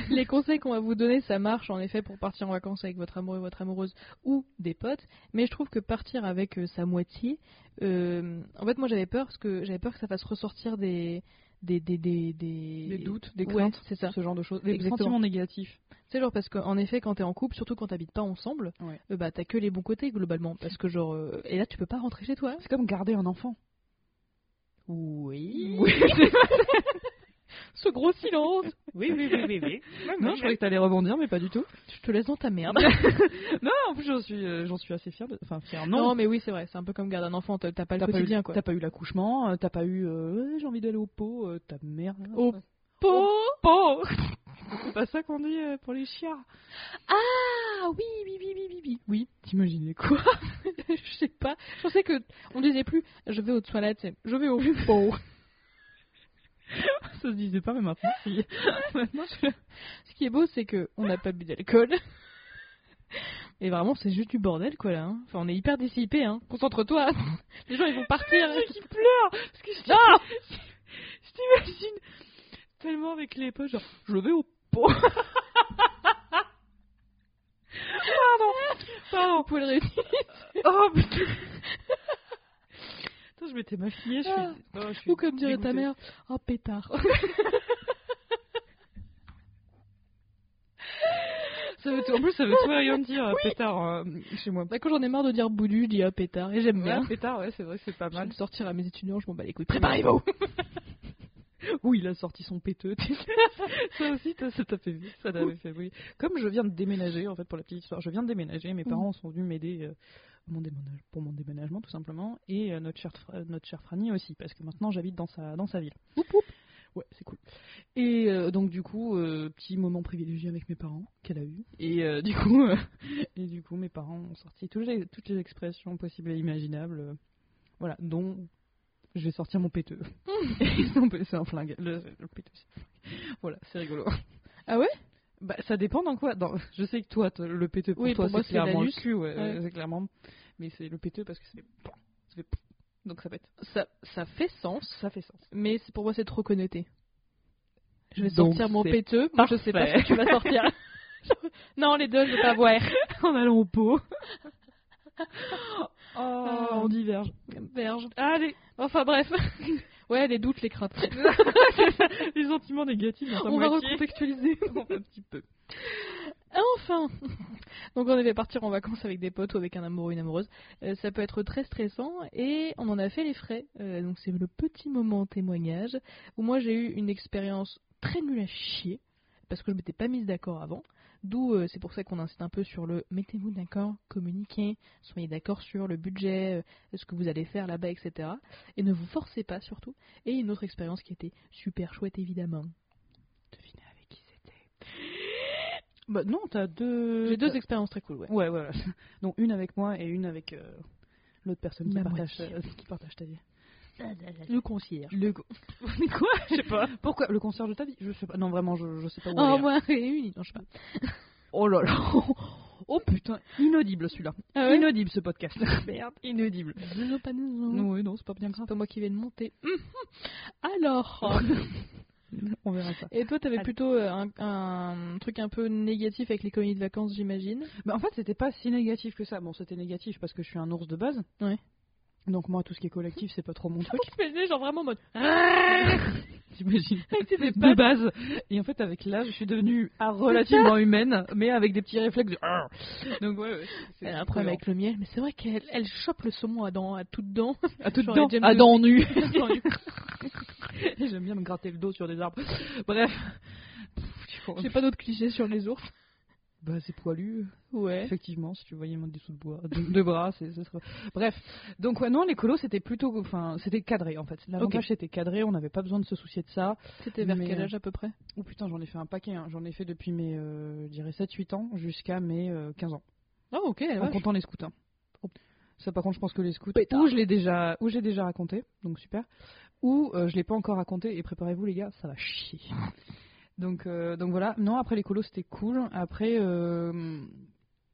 les conseils qu'on va vous donner, ça marche en effet pour partir en vacances avec votre amoureux, votre amoureuse ou des potes. Mais je trouve que partir avec euh, sa moitié, euh, en fait, moi j'avais peur parce que j'avais peur que ça fasse ressortir des des des des des,
Des doutes, des
Ouais,
craintes,
c'est ça.
Ce genre de choses. Des
Exactement.
sentiments négatifs.
C'est genre parce qu'en effet, quand t'es en couple, surtout quand t'habites pas ensemble,
Ouais.
euh, bah t'as que les bons côtés globalement. Parce que genre, euh, et là tu peux pas rentrer chez toi.
C'est comme garder un enfant.
Oui.
Oui.
Ce gros silence.
Oui, oui, oui, oui, oui.
non, je croyais que t'allais rebondir, mais pas du tout.
Je te laisse dans ta merde.
Non, en plus, j'en suis, euh, j'en suis assez fière. De... Enfin, fière.
Non,
Non,
mais oui, c'est vrai. C'est un peu comme garder un enfant. T'as t'as pas le
T'as pas, eu,
quotidien quoi.
t'as pas eu l'accouchement, euh, t'as pas eu euh, Ouais, j'ai envie d'aller au pot, euh, ta mère.
Au
pot C'est pas ça qu'on dit euh, pour les chiens.
Ah oui, oui, oui, oui, oui, oui.
Oui, t'imagines les coups.
je sais pas. Je pensais que on disait plus je vais aux toilettes, c'est je vais au pot.
ça se disait pas, mais maintenant, si. maintenant je...
Ce qui est beau, c'est que on n'a pas bu d'alcool. Et vraiment, c'est juste du bordel quoi là. hein. Enfin, on est hyper dissipé hein. Concentre-toi. Les gens ils vont partir.
qui pleure Parce que je
Non
je t'imagine tellement avec les poches, genre, je vais au pot.
Pardon. Pour le réussir.
Oh putain Attends, je m'étais maquillée, je suis.
Ah.
oh, je suis
Ou comme dirait ta
dégoûtée.
mère, oh pétard.
Ça veut tout- En plus, ça veut tout et rien dire, pétard, hein, chez moi.
Bah, quand j'en ai marre de dire boudu, je dis oh pétard. Et j'aime bien.
Ouais, pétard, ouais, c'est vrai, c'est pas
Je vais
mal.
le sortir à mes étudiants, je m'en bats les couilles. Préparez-vous
Où il a sorti son péteux. ça aussi, t'as- ça t'a fait vivre, ça t'avait fait oui. Comme je viens de déménager, en fait, pour la petite histoire, je viens de déménager, mes parents sont venus m'aider euh, à mon déménage- pour mon déménagement, tout simplement, et euh, notre, chère, Fra- euh, notre chère Franny aussi, parce que maintenant j'habite dans sa, dans sa ville. Ouais, c'est cool. Et euh, donc, du coup, euh, petit moment privilégié avec mes parents qu'elle a eu. Et, euh, du coup, euh, et du coup, mes parents ont sorti toutes les, toutes les expressions possibles et imaginables, euh, voilà, dont je vais sortir mon péteux. Non, mais c'est un flingue. Le, le péteux, c'est un flingue. Voilà, c'est rigolo.
Ah ouais
Bah, ça dépend dans quoi. Dans- je sais que toi, toi, le péteux pour
Oui,
toi,
pour moi,
c'est
c'est la
clairement le
luce.
cul, ouais,
Ouais.
euh, c'est clairement. Mais c'est le péteux parce que c'est. ça fait- Donc ça pète.
ça, ça fait sens,
Ça fait sens.
mais c'est- pour moi c'est trop connoté. Je vais
Donc,
sortir mon
c'est
péteux, moi je sais pas
parfait.
ce que tu vas sortir. non, les deux, je vais pas voir.
en allant au pot.
Ah.
Oh, on diverge.
Verge.
Euh, Allez,
Enfin bref. ouais, les doutes, les craintes.
les sentiments négatifs dans ta
On va
moitié.
recontextualiser.
un petit peu.
Enfin Donc on avait partir en vacances avec des potes ou avec un amoureux, une amoureuse. Euh, ça peut être très stressant et on en a fait les frais. Euh, donc c'est le petit moment témoignage où moi j'ai eu une expérience très nulle à chier parce que je m'étais pas mise d'accord avant. D'où euh, c'est pour ça qu'on insiste un peu sur le mettez-vous d'accord, communiquez, soyez d'accord sur le budget, euh, ce que vous allez faire là-bas, etc. Et ne vous forcez pas surtout. Et une autre expérience qui était super chouette évidemment.
Devinez avec qui c'était. Bah non, t'as deux.
J'ai deux expériences très cool, ouais.
Ouais, voilà. Donc une avec moi et une avec euh, l'autre personne qui
Ma
partage,
moitié.
euh, qui partage ta vie.
Le concierge.
Le quoi Je sais pas. Ah, Pourquoi le concert de ta vie Je sais pas. Non, vraiment, je, je sais pas où.
Oh,
aller.
moi, réunis. Non, je sais pas.
oh là là. Oh putain, inaudible celui-là.
Ah ouais
Inaudible ce podcast. Merde, inaudible.
Bisous, panouzeau.
Non, oui, non, c'est pas bien
C'est
grave.
pas moi qui vais le monter. Alors,
On verra ça.
et toi, t'avais
Allez.
plutôt euh, un, un truc un peu négatif avec les colonies de vacances, j'imagine.
Bah, en fait, c'était pas si négatif que ça. Bon, c'était négatif parce que je suis un ours de base.
Ouais.
Donc moi, tout ce qui est collectif, c'est pas trop mon truc.
Imaginez, genre vraiment en mode.
J'imagine.
C'était
De base. Et en fait, avec l'âge, je suis devenue ah, relativement humaine, mais avec des petits réflexes. de ah. Donc ouais, ouais, c'est-
Elle a un problème
c'est cohérent.
avec le miel, mais c'est vrai qu'elle elle chope le saumon à, dents, à toutes dents.
à tout
Genre les
dedans.
James
Ah,
Bond.
dans nu. J'aime bien me gratter le dos sur des arbres. Bref. Pff, tu vois.
J'ai pas d'autres clichés sur les ours.
Bah, c'est poilu.
Ouais.
Effectivement, si tu voyais mon dessous de, bois, de, de bras, c'est- ce serait... Bref, donc ouais, non, les colos, c'était plutôt... Enfin, c'était cadré, en fait. L'avantage, c'était cadré, on n'avait pas besoin de se soucier de ça.
C'était vers
Mais,
quel
euh,
âge à peu près
Oh putain, j'en ai fait un paquet. hein. J'en ai fait depuis mes, euh, je dirais, 7-8 ans jusqu'à mes euh, 15 ans.
Ah ok, la
en
vache. Oh.
comptant les scouts. hein. Ça, par contre, je pense que les scouts,
Pétard.
ou je l'ai déjà, ou j'ai déjà raconté, donc super, ou euh, je l'ai pas encore raconté. Et préparez-vous, les gars, ça va chier. donc, euh, donc voilà. Non, après les colos, c'était cool. Après, euh,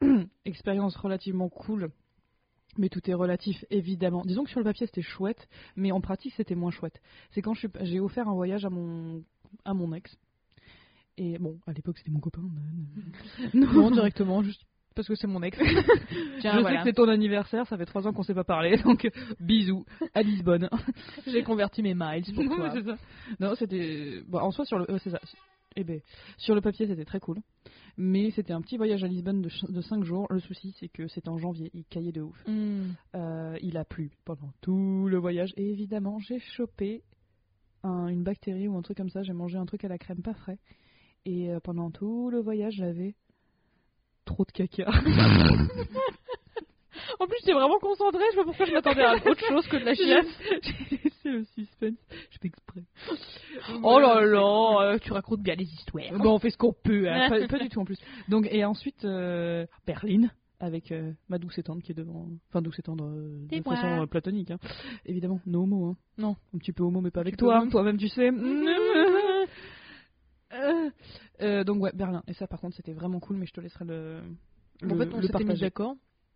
expérience relativement cool. Mais tout est relatif, évidemment. Disons que sur le papier c'était chouette, mais en pratique c'était moins chouette. C'est quand je suis- j'ai offert un voyage à mon à mon ex. Et bon, à l'époque c'était mon copain. Non, non.
Non, directement, juste parce que c'est mon ex. Tiens,
je
voilà.
sais que c'est ton anniversaire, ça fait trois ans qu'on s'est pas parlé, donc euh, bisous à Lisbonne.
J'ai converti mes miles pour
Non,
toi.
mais c'est ça. Non, c'était bon, en soi sur le euh, c'est ça. Eh ben, sur le papier c'était très cool, mais c'était un petit voyage à Lisbonne de, ch- de cinq jours. Le souci c'est que c'était en janvier, il caillait de ouf.
Hmm.
Euh, il a plu pendant tout le voyage et évidemment j'ai chopé un- une bactérie ou un truc comme ça. J'ai mangé un truc à la crème pas frais et euh, pendant tout le voyage j'avais trop de caca.
En plus, j'étais vraiment concentrée, je sais pas pourquoi je m'attendais à autre chose que de la chiasse.
J'ai laissé le suspense, je fais exprès.
Oh là là, euh, tu racontes bien les histoires.
Bon, on fait ce qu'on peut, hein. pas, pas du tout en plus. Donc, et ensuite, euh, Berlin, avec euh, ma douce et tendre qui est devant. Enfin, douce et tendre euh, de
C'est moi.
façon euh, platonique. hein. Évidemment, nos homo. Hein.
Non.
Un petit peu homo, mais pas avec
peu
toi. hein.
homo.
Toi-même, tu sais. Euh, euh, donc, ouais, Berlin. Et ça, par contre, c'était vraiment cool, mais je te laisserai le.
En
le-
fait, on
le
s'était mis
partager
d'accord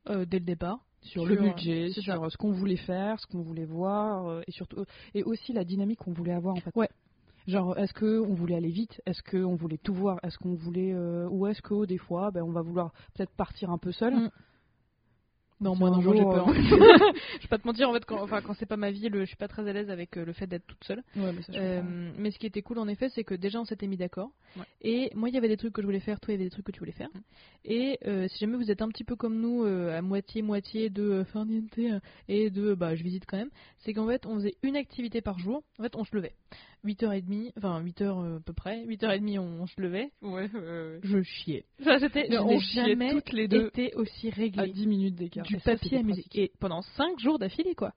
euh, dès le départ
sur le
sur-
budget,
c'est
sur
ça.
euh, ce qu'on voulait faire, ce qu'on voulait voir, euh, et surtout euh, et aussi la dynamique qu'on voulait avoir en fait.
Ouais.
Genre, est-ce que on voulait aller vite Est-ce que on voulait tout voir Est-ce qu'on voulait euh, ou est-ce que des fois, ben, on va vouloir peut-être partir un peu seul
Mm. Non, moi,
Un
non, moi, j'ai
jour,
peur.
euh,
je vais pas te mentir, en fait, quand, enfin, quand c'est pas ma vie, le- je suis pas très à l'aise avec euh, le fait d'être toute seule.
Ouais, mais ça, je
Euh,
comprends.
mais ce qui était cool en effet, c'est que déjà on s'était mis d'accord.
Ouais. Mm.
Et moi, il y avait des trucs que je voulais faire, toi, il y avait des trucs que tu voulais faire. Et euh, si jamais vous êtes un petit peu comme nous, euh, à moitié-moitié de euh, faire niente euh, et de bah, je visite quand même, c'est qu'en fait on faisait une activité par jour. En fait, on se levait. 8h30, enfin 8h euh, à peu près, 8h30 on, on se levait. Je chiais. Ça, c'était, je
Mais on
n'ai
chiait
jamais
toutes les deux
été aussi
à
réglée.
10 minutes d'écart.
Du
Et ça,
papier
c'était
à musique.
pratique.
Et pendant 5 jours d'affilée, quoi.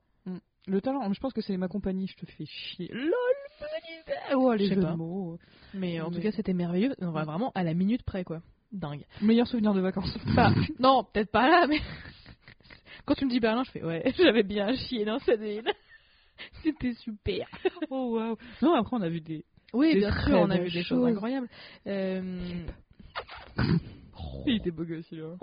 Le talent, je pense que c'est ma compagnie, je te fais chier. LOL, oh, les
Je sais
jeux de
pas.
mots.
Mais en tout
Mais- Mm.
cas, c'était merveilleux. On va vraiment à la minute près, quoi. Dingue.
Meilleur souvenir de vacances.
Enfin, non, peut-être pas là, mais quand tu me dis Berlin, je fais ouais, j'avais bien chié dans cette ville. C'était super.
oh waouh. Non, après on a vu des
Oui,
Des
bien sûr,
très
on a vu
belles
des choses
choses.
incroyables. Euh,
Il était beau gosse, celui-là.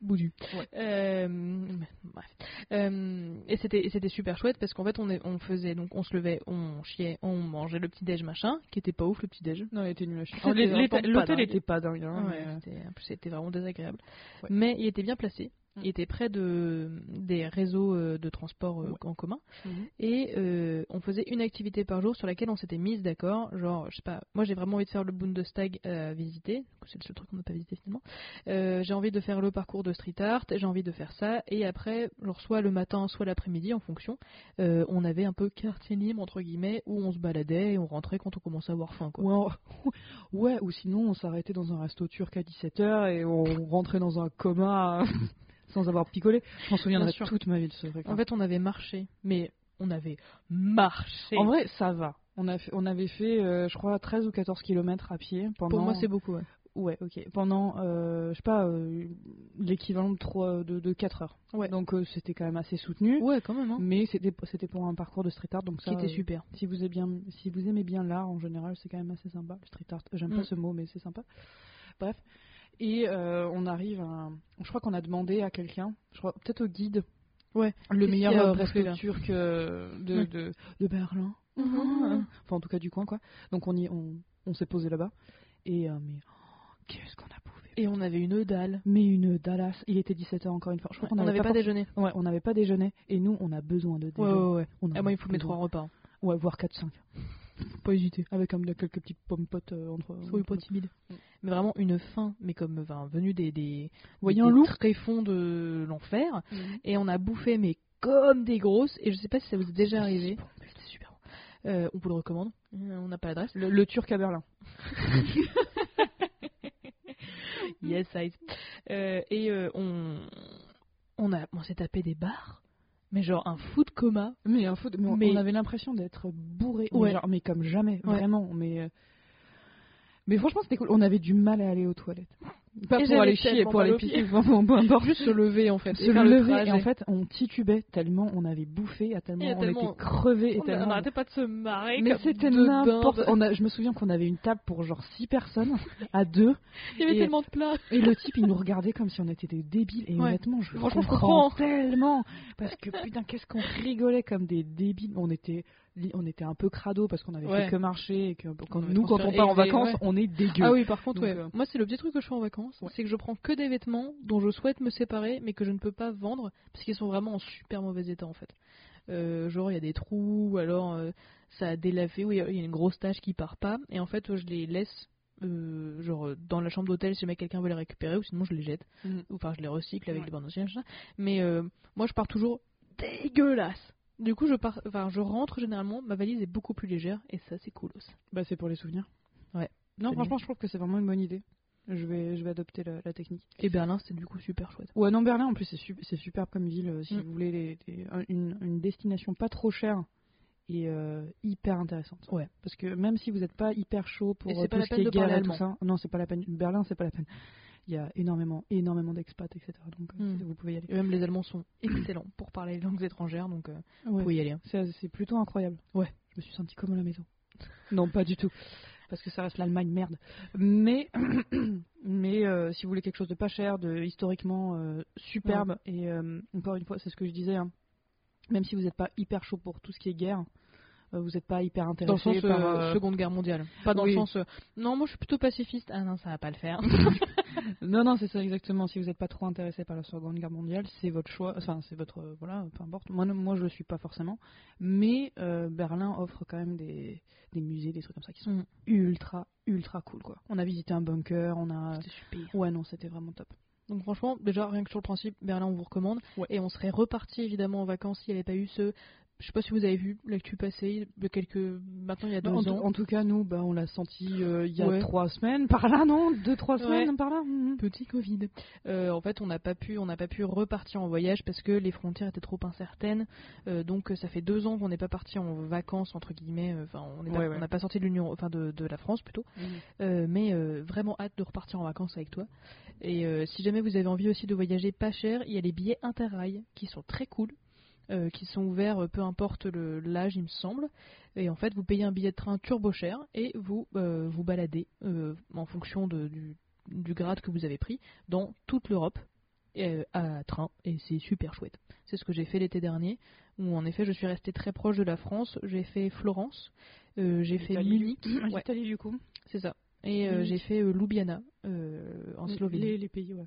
Boudu.
Ouais.
Euh, bref. Euh, et c'était et c'était super chouette parce qu'en fait on est- on faisait donc on se levait, on chiait, on mangeait le petit déj machin qui était pas ouf le petit déj.
Non, il était nul à chier.
C'était
L'hôtel-
vraiment pas
L'hôtel
dingue.
était pas dingue. hein,
Ouais,
mais, euh,
c'était- en plus, c'était vraiment désagréable.
Ouais.
Mais il était bien placé.
Mm.
Il était près de, des réseaux euh, de transport euh,
Ouais.
en commun.
Mhm.
Et euh, on faisait une activité par jour sur laquelle on s'était mise d'accord. Genre, je sais pas, moi j'ai vraiment envie de faire le Bundestag à visiter. C'est le seul truc qu'on n'a pas visité finalement. Euh, j'ai envie de faire le parcours de street art. J'ai envie de faire ça. Et après, genre, soit le matin, soit l'après-midi en fonction, euh, on avait un peu quartier libre entre guillemets où on se baladait et on rentrait quand on commençait à avoir faim. Quoi.
Ouais, on- ouais, ou sinon on s'arrêtait dans un resto turc à 17h et on rentrait dans un coma euh, sans avoir picolé. Je m'en souviendrai
Bien sûr.
toute ma vie de ce truc.
En fait, on avait marché, mais on avait marché.
En vrai, ça va. On, a fait- on avait fait, euh, je crois, 13 ou 14 kilomètres à pied pendant.
Pour moi, c'est beaucoup. Ouais.
Ouais, ok. Pendant, euh, je sais pas, euh, l'équivalent de, trois- de, de 4 heures.
Ouais.
Donc euh, c'était quand même assez soutenu.
Ouais, quand même. Hein.
Mais c'était c'était pour un parcours de street art, donc Mm. ça.
Qui était
euh,
super.
Si vous aimez bien, si vous aimez bien l'art en général, c'est quand même assez sympa. Le street art, j'aime
Mm.
pas ce mot, mais c'est sympa. Bref. Et euh, on arrive à. Je crois qu'on a demandé à quelqu'un, je crois peut-être au guide,
Ouais.
le
Qu'est-ce
meilleur
qu'il y a à
euh,
bouffer,
resto
là
turc euh, de,
Ouais.
de, de Berlin.
Mhm.
Enfin, en tout cas du coin, quoi. Donc on, y- on, on s'est posé là-bas. Et euh, mais oh, qu'est-ce qu'on a bouffé
Et on avait une dalle.
Mais une Dallas. Il était 17h encore une fois. Je crois
on
qu'on
n'avait pas, déjeuné.
forc- Ouais, on n'avait pas déjeuné. Et nous, on a besoin de déjeuner.
ouais.
On
Ah,
en
moi,
a
il faut mes
besoin.
trois repas. hein.
Ouais, voire 4-5. Faut pas hésiter. Avec comme de- quelques petites pommes potes euh, entre.
Soyez pas timide.
Mm.
Mais vraiment une faim, mais comme enfin, venu des, des,
Voyez un
des
loup.
tréfonds de l'enfer. Et on a bouffé, mais comme des grosses. Et je sais pas si ça vous est déjà arrivé. C'était super bon. Euh, on vous le recommande. Euh, on n'a pas l'adresse.
Le, le turc à Berlin.
Yes, size. Euh, et euh, on, on, a- on s'est tapé des barres, mais genre un fou de coma.
Mais un fou de- mais on,
Mais-
on avait l'impression d'être bourré, mais
Ouais.
genre- mais comme jamais,
Ouais.
vraiment. Mais euh, mais franchement, c'était cool. On avait du mal à aller aux toilettes, pas
Et
pour
j'avais
aller chier,
tellement
pour aller
mal aux
pisser, enfin, peu importe.
Juste se lever en fait.
Se lever et en fait, on titubait tellement, on avait bouffé, à tellement,
Et
on
tellement-
était crevé et
on
tellement.
n'arrêtait pas de se marrer.
Mais
comme
c'était
deux
n'importe.
dindes.
on a- Je me souviens qu'on avait une table pour genre 6 personnes à deux,
Il y avait
et-
tellement de plats.
et le type il nous regardait comme si on était des débiles. Et
Ouais.
honnêtement, je
Franchement, je
comprends, hein.
comprends.
tellement parce que putain, qu'est-ce qu'on rigolait comme des débiles. On était, on était un peu crado parce qu'on avait
Ouais.
fait que marcher et que quand-
On avait
nous, quand on
transféré
part en
des-
vacances,
ouais.
on est dégueu.
Ah oui, par contre,
Donc,
ouais.
euh,
moi c'est le petit truc que je fais en vacances, c'est que je prends que des vêtements dont je souhaite me séparer mais que je ne peux pas vendre parce qu'ils sont vraiment en super mauvais état en fait. Euh, genre il y a des trous ou alors euh, ça a délavé ou il y a il y a une grosse tache qui part pas et en fait je les laisse euh, genre euh, dans la chambre d'hôtel si jamais quelqu'un veut les récupérer ou sinon je les jette
Mhm.
ou enfin je les recycle avec
Ouais.
des bandes anciennes machin. mais euh, moi je pars toujours dégueulasse du coup je pars enfin je rentre généralement ma valise est beaucoup plus légère et ça c'est cool aussi
Bah, c'est pour les souvenirs.
Ouais.
Non,
C'est
franchement, je trouve que c'est vraiment une bonne idée. Je vais, je vais adopter la, la technique.
et Berlin c'est du coup super chouette
Ouais, non, Berlin, en plus, c'est su- c'est superbe comme ville. euh, si
Mm.
vous voulez les- les- un- une, une destination pas trop chère et euh, hyper intéressante.
Ouais.
Parce que même si vous n'êtes pas hyper chaud pour
Et c'est
euh,
pas
tout
la
ce qui
peine
est
de parler
guerre et tout ça, non, c'est pas la peine. Berlin, c'est pas la peine. Il y a énormément, énormément d'expats, etc. Donc, euh,
Mm.
vous pouvez y aller.
Et même les Allemands sont excellents pour parler les langues étrangères, donc euh,
Ouais.
vous pouvez y aller. hein.
C'est c'est plutôt incroyable.
Ouais.
Je me suis sentie comme à la maison. non, pas du tout. Parce que ça reste l'Allemagne, merde. Mais, mais euh, si vous voulez quelque chose de pas cher, de historiquement euh, superbe, et euh, encore une fois, c'est ce que je disais, hein, même si vous n'êtes pas hyper chaud pour tout ce qui est guerre, euh, vous n'êtes pas hyper
Dans le
intéressé
sens
par...
euh,
euh,
Seconde Guerre mondiale. Pas dans
oui.
le sens euh, non, moi je suis plutôt pacifiste. Ah non, ça va pas le faire.
Non, non, c'est ça exactement. Si vous n'êtes pas trop intéressé par la Seconde Guerre mondiale, c'est votre choix. Enfin, c'est votre euh, voilà, peu importe. Moi, non- moi, je le suis pas forcément. Mais euh, Berlin offre quand même des, des musées, des trucs comme ça qui sont
Mm.
ultra, ultra cool quoi. On a visité un bunker, on a.
C'était super.
Ouais, non, c'était vraiment top.
Euh, Donc franchement, déjà rien que sur le principe, Berlin on vous recommande.
Ouais.
Et on serait reparti évidemment en vacances s'il n'y avait pas eu ce. Je sais pas si vous avez vu l'actu passer de quelques. Maintenant il y a deux
en, tout-
ans.
en tout cas, nous, bah, on l'a senti euh, il y a
Ouais.
trois semaines par là, non Deux, trois
Ouais.
semaines par là. mhm.
Petit Covid. Euh, en fait, on n'a pas pu, on n'a pas pu repartir en voyage parce que les frontières étaient trop incertaines. Euh, donc, euh, ça fait deux ans qu'on n'est pas parti en vacances entre guillemets. Enfin, on n'est pas-
Ouais, ouais.
on n'a pas sorti de l'Union, enfin de, de la France plutôt.
mm.
Euh, mais euh, vraiment hâte de repartir en vacances avec toi. Et euh, si jamais vous avez envie aussi de voyager pas cher, il y a les billets Interrail qui sont très cool, euh, qui sont ouverts euh, peu importe le- l'âge, il me semble. Et en fait, vous payez un billet de train turbo cher et vous euh, vous baladez euh, en fonction de- du, du grade que vous avez pris dans toute l'Europe euh, à train et c'est super chouette. C'est ce que j'ai fait l'été dernier où en effet je suis restée très proche de la France. J'ai fait Florence, euh, j'ai fait
L'Italie,
Munich.
du-
Ouais.
L'Italie, Mm. du coup.
C'est ça. Et euh,
Munich.
j'ai fait euh, Ljubljana euh, en Slovénie.
Mm. Les, les pays, ouais.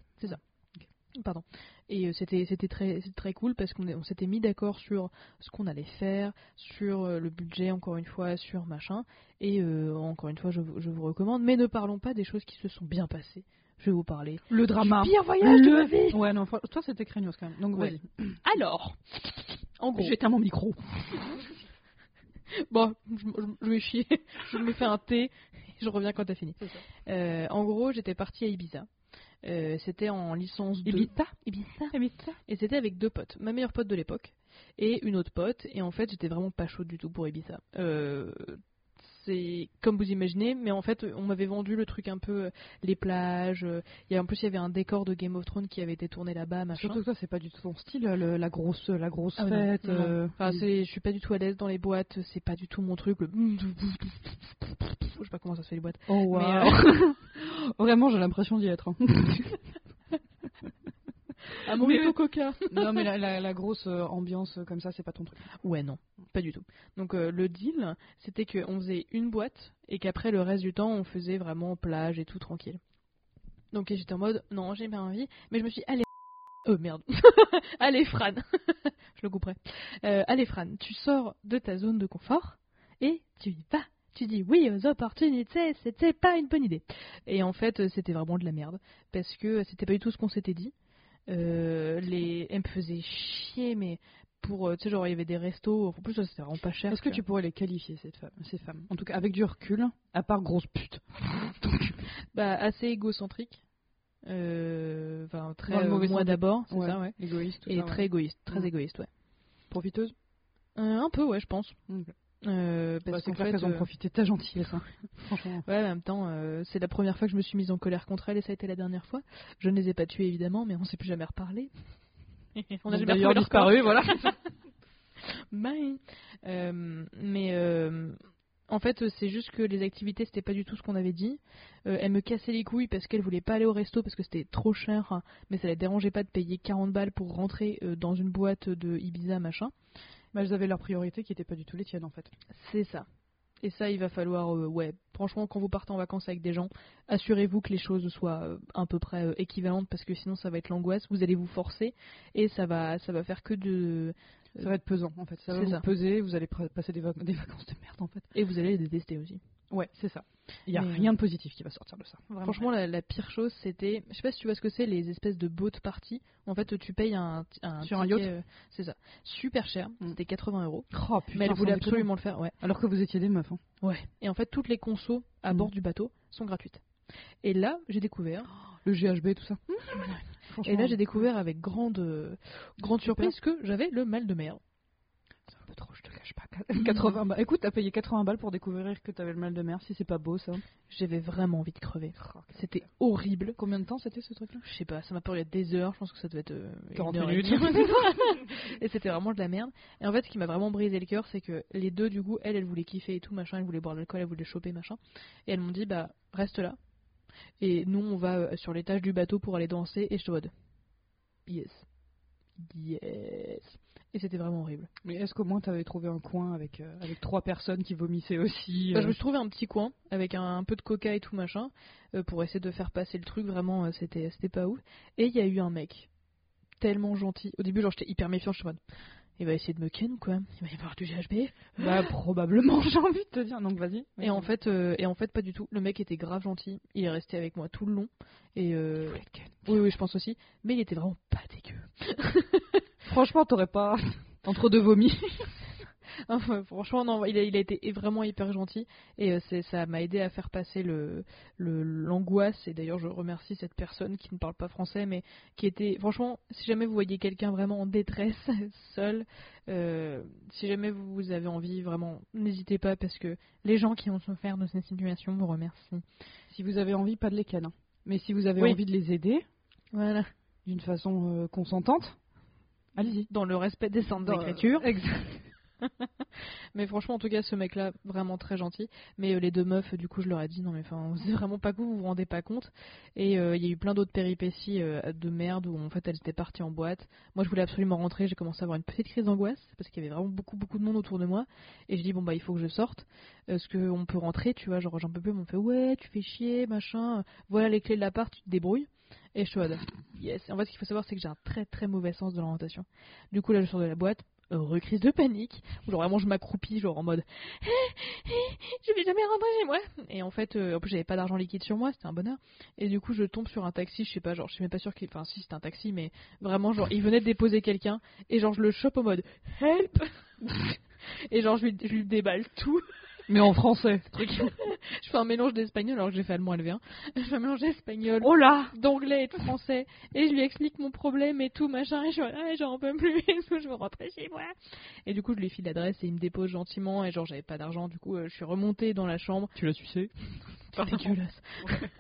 Pardon. Et euh, c'était c'était très c'était très cool parce qu'on est- on s'était mis d'accord sur ce qu'on allait faire, sur euh, le budget encore une fois, sur machin. Et euh, encore une fois, je, vous- je vous recommande. Mais ne parlons pas des choses qui se sont bien passées. Je vais vous parler.
Le drama.
Du pire voyage de ma vie.
Ouais, non, fran- toi, c'était craignos quand même. Donc,
Ouais.
vas-y.
Alors, en gros,
J'éteins mon micro.
Bon, je, je- je vais chier, je me fais un thé, je reviens quand t'as fini.
C'est ça.
Euh, en gros, j'étais partie à Ibiza. Euh, c'était en licence 2.
Ibiza
Ibiza. Eh Et c'était avec deux potes, ma meilleure pote de l'époque et une autre pote. Et en fait, j'étais vraiment pas chaude du tout pour Ibiza. Euh, c'est comme vous imaginez, mais en fait, on m'avait vendu le truc un peu euh, les plages. euh, Il y a en plus, il y avait un décor de Game of Thrones qui avait été tourné là-bas, machin.
Surtout que toi, c'est pas du tout ton style, le- la grosse, la grosse
Ah, mais non,
fête.
non.
euh,
Enfin, c'est- je suis pas du tout à l'aise dans les boîtes, c'est pas du tout mon truc. Le... Je sais pas comment ça se fait les boîtes.
Oh wow. Vraiment, j'ai l'impression d'y être. hein.
Un
mojito
coca.
non, mais la, la- la grosse euh, ambiance euh, comme ça, c'est pas ton truc.
Ouais, non, pas du tout. Donc euh, le deal, c'était qu'on faisait une boîte et qu'après le reste du temps, on faisait vraiment plage et tout tranquille. Donc et j'étais en mode, non, j'ai pas envie, mais je me suis dit, allez, oh merde, allez Fran, je le couperai. Euh, allez Fran, tu sors de ta zone de confort et tu y vas. Tu dis oui aux opportunités, c'était pas une bonne idée. Et en fait, euh, c'était vraiment de la merde parce que c'était pas du tout ce qu'on s'était dit. Euh, les, elle me faisait chier, mais pour, euh, tu sais, genre, il y avait des restos, en plus, ça, c'était vraiment pas cher.
Est-ce que tu pourrais les qualifier, cette femme, ces femmes En tout cas, avec du recul, à part grosse pute.
Bah, assez égocentrique. euh, enfin, très
Dans le
euh,
mauvais
moi
sens du-
d'abord, c'est
Ouais,
ça, ouais.
Égoïste, tout
Et
ça,
très
ouais.
égoïste, très
Mm.
égoïste, ouais.
profiteuse.
Euh, un peu, ouais, je pense.
Ok.
Euh,
Bah,
parce
c'est
qu'en
clair
fait,
qu'elles ont
euh,
profité de ta gentillesse. hein. Franchement.
Ouais, mais en même temps, euh, c'est la première fois que je me suis mise en colère contre elles et ça a été la dernière fois. Je ne les ai pas tuées évidemment, mais on s'est plus jamais reparlé. on
Elles
a
ont
jamais
d'ailleurs
retrouvé leur corps.
disparu, voilà.
Bye. Euh, mais euh, en fait, c'est juste que les activités, c'était pas du tout ce qu'on avait dit. Euh, elle me cassait les couilles parce qu'elle voulait pas aller au resto parce que c'était trop cher, mais ça la dérangeait pas de payer 40 balles pour rentrer euh, dans une boîte de Ibiza machin.
Bah, elles avaient leurs priorités qui n'étaient pas du tout les tiennes en fait.
C'est ça. Et ça, il va falloir, euh, ouais, franchement, quand vous partez en vacances avec des gens, assurez-vous que les choses soient euh, à peu près euh, équivalentes parce que sinon, ça va être l'angoisse. Vous allez vous forcer et ça va, ça va faire que de,
Ça va être pesant en fait. Ça va
C'est
vous
ça.
peser, vous allez pr- passer des, vac- des vacances de merde en fait.
et vous allez les détester aussi.
Ouais, c'est ça. Il n'y a
Mais-
rien de positif qui va sortir de ça. Vraiment.
Franchement, la, la pire chose, c'était, je sais pas si tu vois ce que c'est, les espèces de boat party. En fait, tu payes un, un
Sur un
ticket,
yacht
euh, c'est ça, super cher.
Mm.
C'était 80 euros.
Oh, putain,
Mais elle
sans
voulait
déconner.
absolument le faire, ouais.
Alors que vous étiez des meufs. hein.
Ouais. Et en fait, toutes les consos à
Mm.
bord du bateau sont gratuites. Et là, j'ai découvert
Le GHB, tout ça.
Mmh. Et là, j'ai découvert avec grande, euh, grande surprise que j'avais le mal de mer.
C'est un peu trop, je te cache pas. 80 balles. Écoute, t'as payé 80 balles pour découvrir que t'avais le mal de mer, si c'est pas beau ça.
J'avais vraiment envie de crever. C'était horrible.
Combien de temps c'était ce truc-là
Je sais pas, ça m'a parlé des heures, je pense que ça devait être. euh, une
40
heure et
minutes.
demie. et c'était vraiment de la merde. Et en fait, ce qui m'a vraiment brisé le cœur, c'est que les deux, du coup, elle, elle voulait kiffer et tout, machin, elle voulait boire de l'alcool, elle voulait choper, machin. Et elles m'ont dit, bah, reste là. Et nous, on va euh, sur l'étage du bateau pour aller danser, et je te vois Yes. Yes. Et c'était vraiment horrible.
Mais est-ce qu'au moins t'avais trouvé un coin avec, euh, avec trois personnes qui vomissaient aussi
Bah,
euh,
je me suis trouvé un petit coin avec un, un peu de coca et tout machin euh, pour essayer de faire passer le truc. Vraiment, euh, c'était c'était pas ouf. Et il y a eu un mec tellement gentil. Au début, genre, j'étais hyper méfiant. Je suis en mode, il va essayer de me ken ou quoi Il va y avoir du GHB.
Bah, probablement, j'ai envie de te dire. Donc vas-y.
Et en fait, euh, et en fait, pas du tout. Le mec était grave gentil. Il est resté avec moi tout le long. Et euh, oui, oui, je pense aussi. Mais il était vraiment pas dégueu.
Franchement, t'aurais pas. Entre deux vomis.
Enfin, franchement, non, il a, il a été vraiment hyper gentil et euh, c'est- ça m'a aidé à faire passer le le- l'angoisse. et d'ailleurs, je remercie cette personne qui ne parle pas français, mais qui était franchement, si jamais vous voyez quelqu'un vraiment en détresse, seul, euh, si jamais vous, vous avez envie, vraiment, n'hésitez pas parce que les gens qui ont souffert de cette situation vous remercient.
Si vous avez envie, pas de les cannes. hein. Mais si vous avez
Oui.
envie de les aider
Voilà,
d'une façon euh, consentante, allez-y.
dans euh, le respect des centres
Dans-
d'écriture.
Exact.
Mais franchement, en tout cas, ce mec-là, vraiment très gentil. Mais euh, les deux meufs, du coup, je leur ai dit, non, mais enfin, c'est vraiment pas cool, vous vous rendez pas compte. Et euh, il y a eu plein d'autres péripéties euh, de merde où en fait elles étaient parties en boîte. Moi, je voulais absolument rentrer, j'ai commencé à avoir une petite crise d'angoisse parce qu'il y avait vraiment beaucoup, beaucoup de monde autour de moi. Et je dis, bon, bah, il faut que je sorte. Euh, Est-ce qu'on peut rentrer, tu vois, genre, j'en peux plus, ils m'ont fait, ouais, tu fais chier, machin, voilà les clés de l'appart, tu te débrouilles. Et je suis en mode, yes. En fait, ce qu'il faut savoir, c'est que j'ai un très, très mauvais sens de l'orientation. Du coup, là, je sors de la boîte. euh, Recrise de panique, où genre vraiment je m'accroupis, genre en mode Eh, je vais jamais rentrer chez moi. Et en fait, euh, en plus, j'avais pas d'argent liquide sur moi, c'était un bonheur. Et du coup, je tombe sur un taxi, je sais pas, genre, je suis même pas sûre qu'il. Enfin, si, c'était un taxi, mais vraiment, genre, il venait de déposer quelqu'un, et genre, je le chope en mode Help Et genre, je lui, je lui déballe tout.
Mais en français.
Je fais un mélange d'espagnol, alors que j'ai fait allemand LV1. Je fais un mélange d'espagnol,
Oh là
d'anglais et de français, et je lui explique mon problème et tout, machin, et je suis là, Ah, j'en peux plus, et tout, je veux rentrer chez moi. Et du coup, je lui file l'adresse, et il me dépose gentiment, et genre, j'avais pas d'argent, du coup, euh, je suis remontée dans la chambre.
Tu l'as sucé
C'est dégueulasse.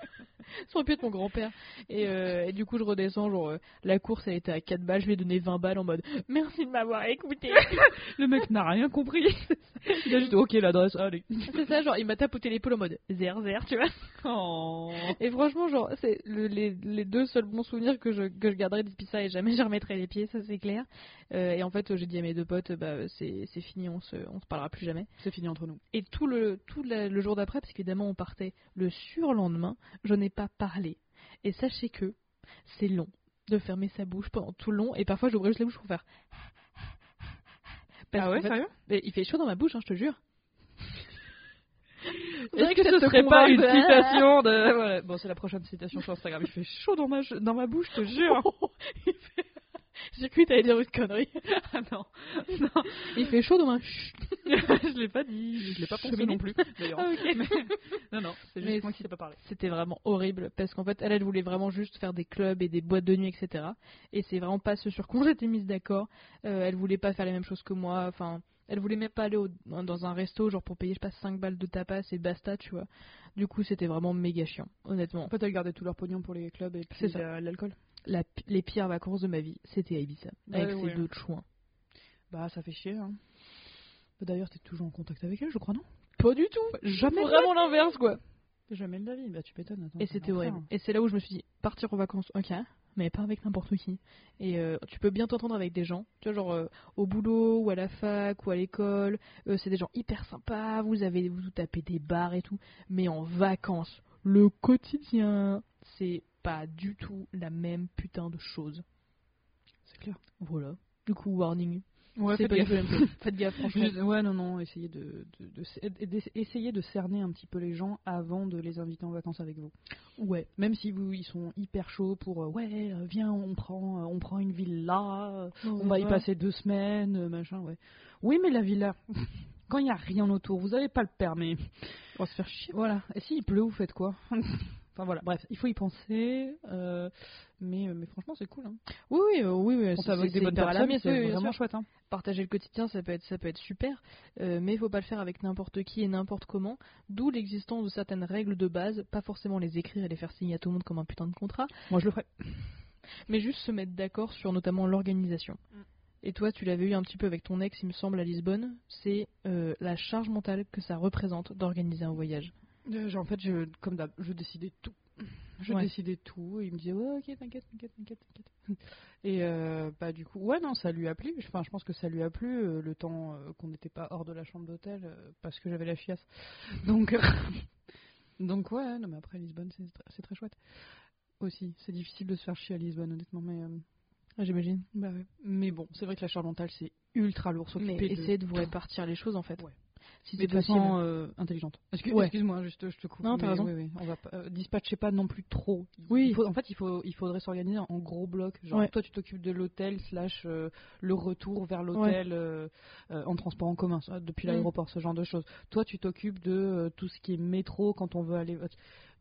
Ça aurait pu être mon grand-père. Et, euh, et du coup, je redescends. Genre, euh, la course, elle était à 4 balles. Je lui ai donné 20 balles en mode merci de m'avoir écouté.
Le mec n'a rien compris. Il a juste ok l'adresse, allez.
c'est ça, genre, il m'a tapoté l'épaule en mode zer zer, tu vois.
Oh.
Et franchement, genre, c'est le- les, les deux seuls bons souvenirs que je, que je garderai depuis ça et jamais je remettrai les pieds, ça c'est clair. Euh, et en fait, euh, j'ai dit à mes deux potes, bah, euh, c'est c'est fini, on se, on se parlera plus jamais.
C'est fini entre nous.
Et tout le, tout la- le jour d'après, parce qu'évidemment on partait le surlendemain, je n'ai pas parlé. Et sachez que c'est long de fermer sa bouche pendant tout le long, et parfois j'ouvrais juste la bouche pour faire.
Ah
Parce qu'en fait-
sérieux
mais il fait chaud dans ma bouche, hein, je te jure.
Est-ce que
ça
ce
te
serait pas
convainc,
une
quoi
citation de Oh, voilà. Bon, c'est la prochaine citation sur Instagram. Il fait chaud dans ma dans ma bouche, je te jure.
J'ai cru que t'allais dire une connerie.
Ah non,
Il fait chaud demain. Chut.
je l'ai pas dit, je l'ai pas pensé
Cheminée.
non plus. D'ailleurs.
Ah, ok.
Mais- non, non, c'est
Mais
juste moi qui
c'est-
sais pas parler.
C'était vraiment horrible parce qu'en fait, elle, elle voulait vraiment juste faire des clubs et des boîtes de nuit, etc. Et c'est vraiment pas ce sur quoi on s'était mise d'accord. Euh, elle voulait pas faire les mêmes choses que moi. Enfin, elle voulait même pas aller au- dans un resto, genre pour payer, je sais pas, 5 balles de tapas et basta, tu vois. Du coup, c'était vraiment méga chiant, honnêtement.
En fait, elles gardaient tout leur pognon pour les clubs et
C'est
puis
ça.
la- l'alcool.
La pi- les pires vacances de ma vie, c'était à Ibiza, avec
Ouais,
ces
ouais.
deux chouins.
Bah, ça fait chier. Hein. Bah, D'ailleurs, t'es toujours en contact avec elles, je crois, non
Pas du tout
Jamais.
Vraiment l'inverse, quoi
Jamais de la vie. Bah, tu m'étonnes. attends,
Et
c'est hein.
c'était
l'enfer.
horrible. Et c'est là où je me suis dit, partir en vacances, ok, mais pas avec n'importe qui. Et euh, tu peux bien t'entendre avec des gens, tu vois, genre euh, au boulot ou à la fac ou à l'école. euh, c'est des gens hyper sympas, vous avez vous tapez des bars et tout. Mais en vacances, le quotidien, c'est pas du tout la même putain de chose.
C'est clair.
Voilà. Du coup, warning.
Ouais,
c'est
faites
pas du
gaffe.
tout la même chose. Faites gaffe, franchement.
Juste- ouais, non, non, essayez de, de- de- de- d'ess- essayez de cerner un petit peu les gens avant de les inviter en vacances avec vous.
Ouais.
Même si vous, ils sont hyper chauds pour euh, ouais, euh, viens, on prend, euh, on prend une villa, euh, on va y passer deux semaines, euh, machin, ouais. Oui, mais la villa, quand il n'y a rien autour, vous n'avez pas le permis.
On va se faire chier.
Voilà. Et s'il pleut, vous faites quoi Enfin voilà, bref, il faut y penser, euh, mais, mais franchement, c'est cool. Hein.
Oui, oui, euh, oui, oui.
Quand
c'est-
t'es avec
c'est
des bonnes
hyper à la
personnes,
messe, oui,
c'est
oui, bien
vraiment
sûr.
chouette. Hein.
partager le quotidien, ça peut être, ça peut être super, euh, mais il faut pas le faire avec n'importe qui et n'importe comment, d'où l'existence de certaines règles de base, pas forcément les écrire et les faire signer à tout le monde comme un putain de contrat,
Moi, je le ferais.
mais juste se mettre d'accord sur notamment l'organisation.
Mm.
Et toi, tu l'avais eu un petit peu avec ton ex, il me semble, à Lisbonne, c'est euh, la charge mentale que ça représente d'organiser un voyage.
Euh, genre, en fait, je, comme d'hab, je décidais tout. Je
Ouais.
décidais tout. Et il me disait, ouais, ok, t'inquiète, t'inquiète, t'inquiète, t'inquiète. Et euh, bah, du coup, ouais, non, ça lui a plu. Enfin, je pense que ça lui a plu euh, le temps euh, qu'on n'était pas hors de la chambre d'hôtel euh, parce que j'avais la chiasse. Donc, euh, donc ouais, non, mais après, Lisbonne, c'est tr- c'est très chouette. Aussi, c'est difficile de se faire chier à Lisbonne, honnêtement, mais. euh,
Ah, J'imagine.
bah ouais. Mais bon, c'est vrai que la charge mentale, c'est ultra lourd.
Mais
S'occuper de...
essayez de vous répartir les choses en fait.
Ouais.
Si
Mais
c'est
de
possible.
façon euh, intelligente. Excuse-
Ouais.
Excuse-moi, juste je te coupe.
Non, t'as
mais
raison.
oui, oui, on va pas, euh, dispatcher pas non plus trop. Il-
Oui.
il faut- en fait, il faut, il faudrait s'organiser en gros blocs. Genre,
Ouais.
toi, tu t'occupes de l'hôtel slash euh, le retour vers l'hôtel euh, euh, en transport en commun, ça, depuis
Mm.
l'aéroport, ce genre de choses. Toi, tu t'occupes de euh, tout ce qui est métro quand on veut aller, euh,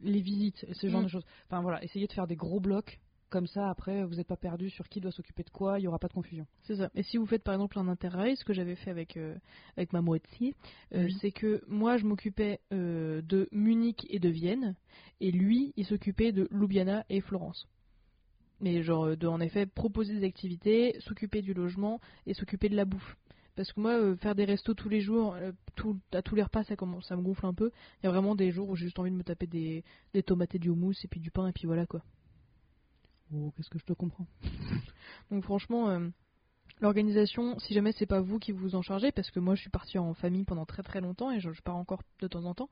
les visites, ce genre
Mm.
de choses. Enfin voilà, essayez de faire des gros blocs. Comme ça, après, vous n'êtes pas perdu sur qui doit s'occuper de quoi. Il y aura pas de confusion.
C'est ça. Et si vous faites par exemple un interrail, ce que j'avais fait avec, euh, avec ma moitié, euh,
Oui.
c'est que moi je m'occupais euh, de Munich et de Vienne, et lui il s'occupait de Ljubljana et Florence. Mais genre euh, de en effet proposer des activités, s'occuper du logement et s'occuper de la bouffe. Parce que moi, euh, faire des restos tous les jours, euh, tout- à tous les repas, ça, commence, ça me gonfle un peu. Il y a vraiment des jours où j'ai juste envie de me taper des, des tomates et du houmous et puis du pain et puis voilà quoi.
Oh, qu'est-ce que je te comprends.
Donc franchement, euh, l'organisation, si jamais c'est pas vous qui vous en chargez, parce que moi je suis partie en famille pendant très très longtemps et je, je pars encore de temps en temps,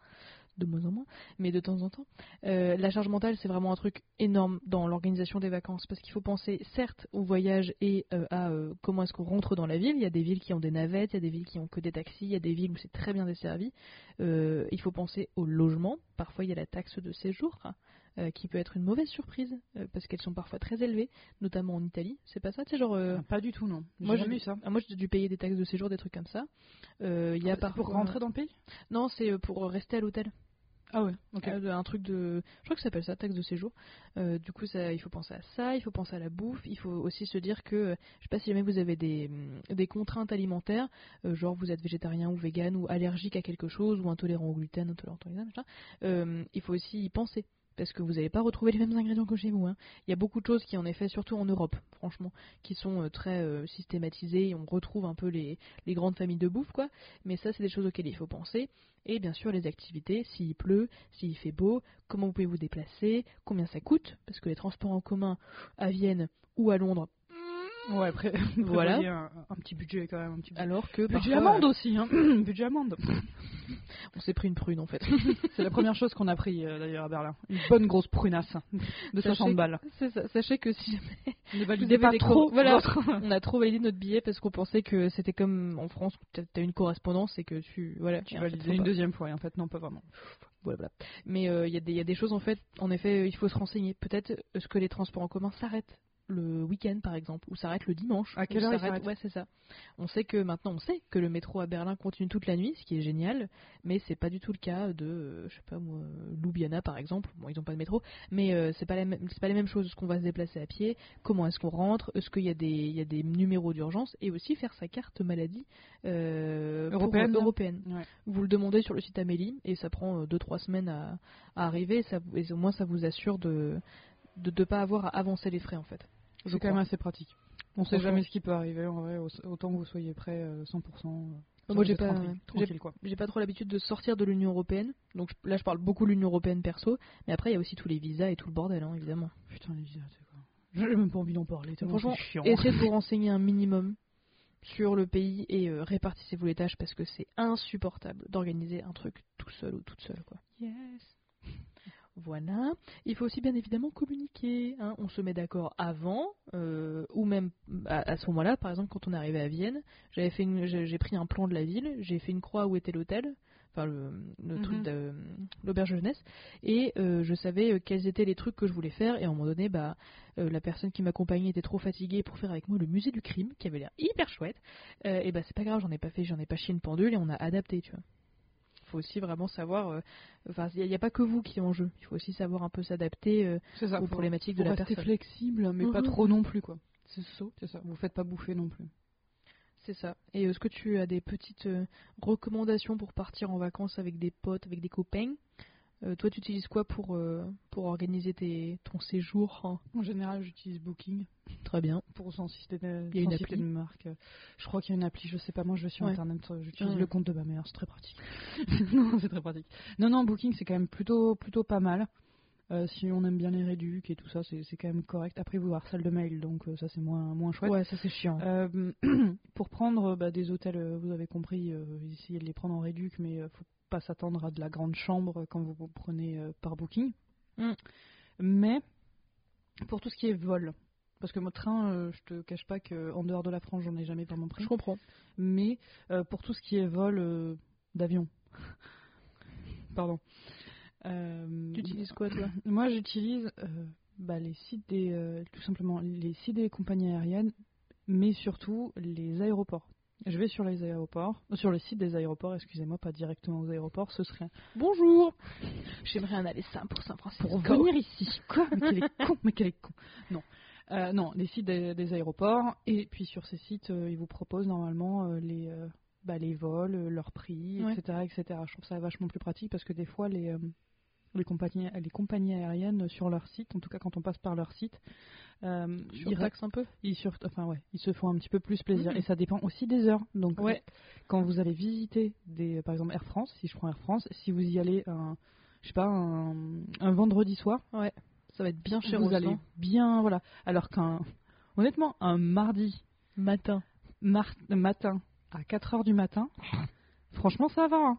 de moins en moins, mais de temps en temps, euh, la charge mentale c'est vraiment un truc énorme dans l'organisation des vacances, parce qu'il faut penser certes au voyage et euh, à euh, comment est-ce qu'on rentre dans la ville. Il y a des villes qui ont des navettes, il y a des villes qui ont que des taxis, il y a des villes où c'est très bien desservi. Euh, il faut penser au logement. Parfois il y a la taxe de séjour. hein, euh, qui peut être une mauvaise surprise euh, parce qu'elles sont parfois très élevées, notamment en Italie. C'est pas ça, tu sais, genre euh,
Ah, pas du tout, non.
moi,
j'ai
j'ai-
vu ça.
ah, moi, j'ai dû payer des taxes de séjour, des trucs comme ça. Euh, Il y a
Ah, bah, C'est
parfois-
pour rentrer dans le pays.
Non, c'est euh, pour rester à l'hôtel.
Ah ouais, ok.
Euh, Un truc de. Je crois que ça s'appelle ça, taxe de séjour. Euh, du coup, ça, il faut penser à ça, il faut penser à la bouffe, il faut aussi se dire que, euh, je sais pas si jamais vous avez des, hum, des contraintes alimentaires, euh, genre vous êtes végétarien ou vegan ou allergique à quelque chose ou intolérant au gluten, intolérant au gluten, machin, euh, il faut aussi y penser. Parce que vous n'allez pas retrouver les mêmes ingrédients que chez vous. hein. Il y a beaucoup de choses qui, en effet, surtout en Europe, franchement, qui sont euh, très euh, systématisées et on retrouve un peu les, les grandes familles de bouffe, quoi. Mais ça, c'est des choses auxquelles il faut penser. Et bien sûr, les activités, s'il pleut, s'il fait beau, comment vous pouvez vous déplacer, combien ça coûte, parce que les transports en commun à Vienne ou à Londres,
Ouais, après,
Voilà.
prévoyez Un, un petit budget quand même, un petit budget.
alors que
budget
parfois,
amende aussi, hein. budget amende.
on s'est pris une prune en fait.
C'est la première chose qu'on a pris euh, d'ailleurs à Berlin. Une bonne grosse prunasse de 60 balles.
C'est ça. Sachez que si jamais
Ne
avez
validez pas
des
trop.
cons- voilà.
votre-
on a trop validé notre billet parce qu'on pensait que c'était comme en France, où t'as- t'as une correspondance et que tu voilà,
Tu
et en fait,
valides
faut
une
pas.
deuxième fois et en fait non pas vraiment.
Blablabla. Mais il y, a des- y a des choses en fait, en effet, euh, il faut se renseigner. Peut-être euh, ce que les transports en commun s'arrêtent. le week-end par exemple, ou s'arrête le dimanche.
À quelle
ou
heure il
s'arrête-
s'arrête
Ouais, c'est ça. On sait que maintenant, on sait que le métro à Berlin continue toute la nuit, ce qui est génial, mais c'est pas du tout le cas de, euh, je sais pas moi, Ljubljana par exemple. Bon, ils n'ont pas de métro, mais euh, c'est pas la même, c'est pas les mêmes choses. Est-ce qu'on va se déplacer à pied Comment est-ce qu'on rentre Est-ce qu'il y a des, il y a des numéros d'urgence et aussi faire sa carte maladie euh, pour-
Européenne, là.
européenne.
Ouais.
Vous le demandez sur le site Amélie et ça prend 2-3 semaines à, à arriver. Et, ça, et au moins, ça vous assure de de ne pas avoir à avancer les frais en fait. Je
C'est quand
crois.
même assez pratique. On sait
Franchement.
jamais ce qui peut arriver en vrai, au- autant que vous soyez prêt euh, 100%. euh,
Moi,
sans
j'ai
être
pas-
tranquille-
j'ai-
tranquille quoi.
j'ai pas trop l'habitude de sortir de l'Union européenne. Donc je- là, je parle beaucoup de l'Union européenne perso, mais après il y a aussi tous les visas et tout le bordel, hein, évidemment.
Putain, les visas, c'est quoi J'ai même pas envie d'en parler. tellement
Franchement,
c'est chiant.
Essayez de vous renseigner un minimum sur le pays et euh, répartissez-vous les tâches parce que c'est insupportable d'organiser un truc tout seul ou toute seule, quoi.
Yes.
Voilà. Il faut aussi bien évidemment communiquer. hein. On se met d'accord avant, euh, ou même à, à ce moment-là, par exemple, quand on est arrivé à Vienne, j'avais fait une- j'ai j'ai pris un plan de la ville, j'ai fait une croix où était l'hôtel, enfin le, le truc
Mhm.
de l'auberge de jeunesse, et euh, je savais euh, quels étaient les trucs que je voulais faire. Et à un moment donné, bah, euh, la personne qui m'accompagnait était trop fatiguée pour faire avec moi le musée du crime, qui avait l'air hyper chouette. Euh, et bah c'est pas grave, j'en ai pas fait, j'en ai pas chié une pendule et on a adapté, tu vois. Faut aussi vraiment savoir. euh, Enfin, il n'y a, pas que vous qui est en jeu. Il faut aussi savoir un peu s'adapter euh,
C'est ça.
aux
faut-
problématiques
faut
de la
rester
personne.
flexible, mais pas
Mhm.
trop non plus quoi. C'est ça. C'est ça. Vous faites pas bouffer non plus.
C'est ça. Et euh, est-ce que tu as des petites euh, recommandations pour partir en vacances avec des potes, avec des copains Euh, Toi, tu utilises quoi pour, euh, pour organiser tes, ton séjour hein
En général, j'utilise Booking
Très bien.
pour sans citer de,
Il y a une
sans citer
appli
de marque. Je crois qu'il y a une appli, je sais pas. Moi, je vais sur
Ouais.
internet, euh, j'utilise
Ouais.
le compte de ma mère, c'est très pratique. non, c'est très pratique. Non, non, Booking, c'est quand même plutôt, plutôt pas mal. Euh, si on aime bien les réducs et tout ça, c'est c'est quand même correct. Après, vous avoir salle de mail, donc euh, ça c'est moins, moins chouette.
Ouais, ça c'est chiant.
Euh, pour prendre euh, bah, des hôtels, euh, vous avez compris, euh, essayez de les prendre en réduc, mais euh, faut pas s'attendre à de la grande chambre quand vous vous prenez euh, par booking.
Mm.
Mais pour tout ce qui est vol, parce que mon train, euh, je te cache pas que en dehors de la France, j'en ai jamais vraiment pris.
Je comprends.
Mais euh, pour tout ce qui est vol euh, d'avion, pardon. Euh,
Tu utilises quoi, toi
moi, j'utilise euh, bah, les sites des, euh, tout simplement les sites des compagnies aériennes, mais surtout les aéroports. Je vais sur les aéroports, euh, sur les sites des aéroports, excusez-moi, pas directement aux aéroports, ce serait
Bonjour J'aimerais un aller simple pour Saint-Francisco.
pour venir ici. Quoi Mais quel est con, mais quel est con. Non, Euh, non, les sites des, des aéroports. Et puis sur ces sites, euh, ils vous proposent normalement euh, les, euh, bah, les vols, euh, leurs prix,
Ouais.
etc., etc. Je trouve ça vachement plus pratique parce que des fois les euh, les compagnies, les compagnies aériennes euh, sur leur site, en tout cas quand on passe par leur site, euh,
Tu
ils, ra-
relaxes un peu
ils sur- enfin, ouais, ils se font un petit peu plus plaisir.
Mhm.
Et ça dépend aussi des heures. Donc
Ouais.
quand vous allez visiter, des, par exemple Air France, si je prends Air France, si vous y allez un, je sais pas, un, un vendredi soir,
Ça va être bien cher
vous
aussi,
allez
hein.
bien, voilà. Alors qu'un, honnêtement, un mardi
Matin.
mar- matin à 4h du matin, franchement ça va. hein.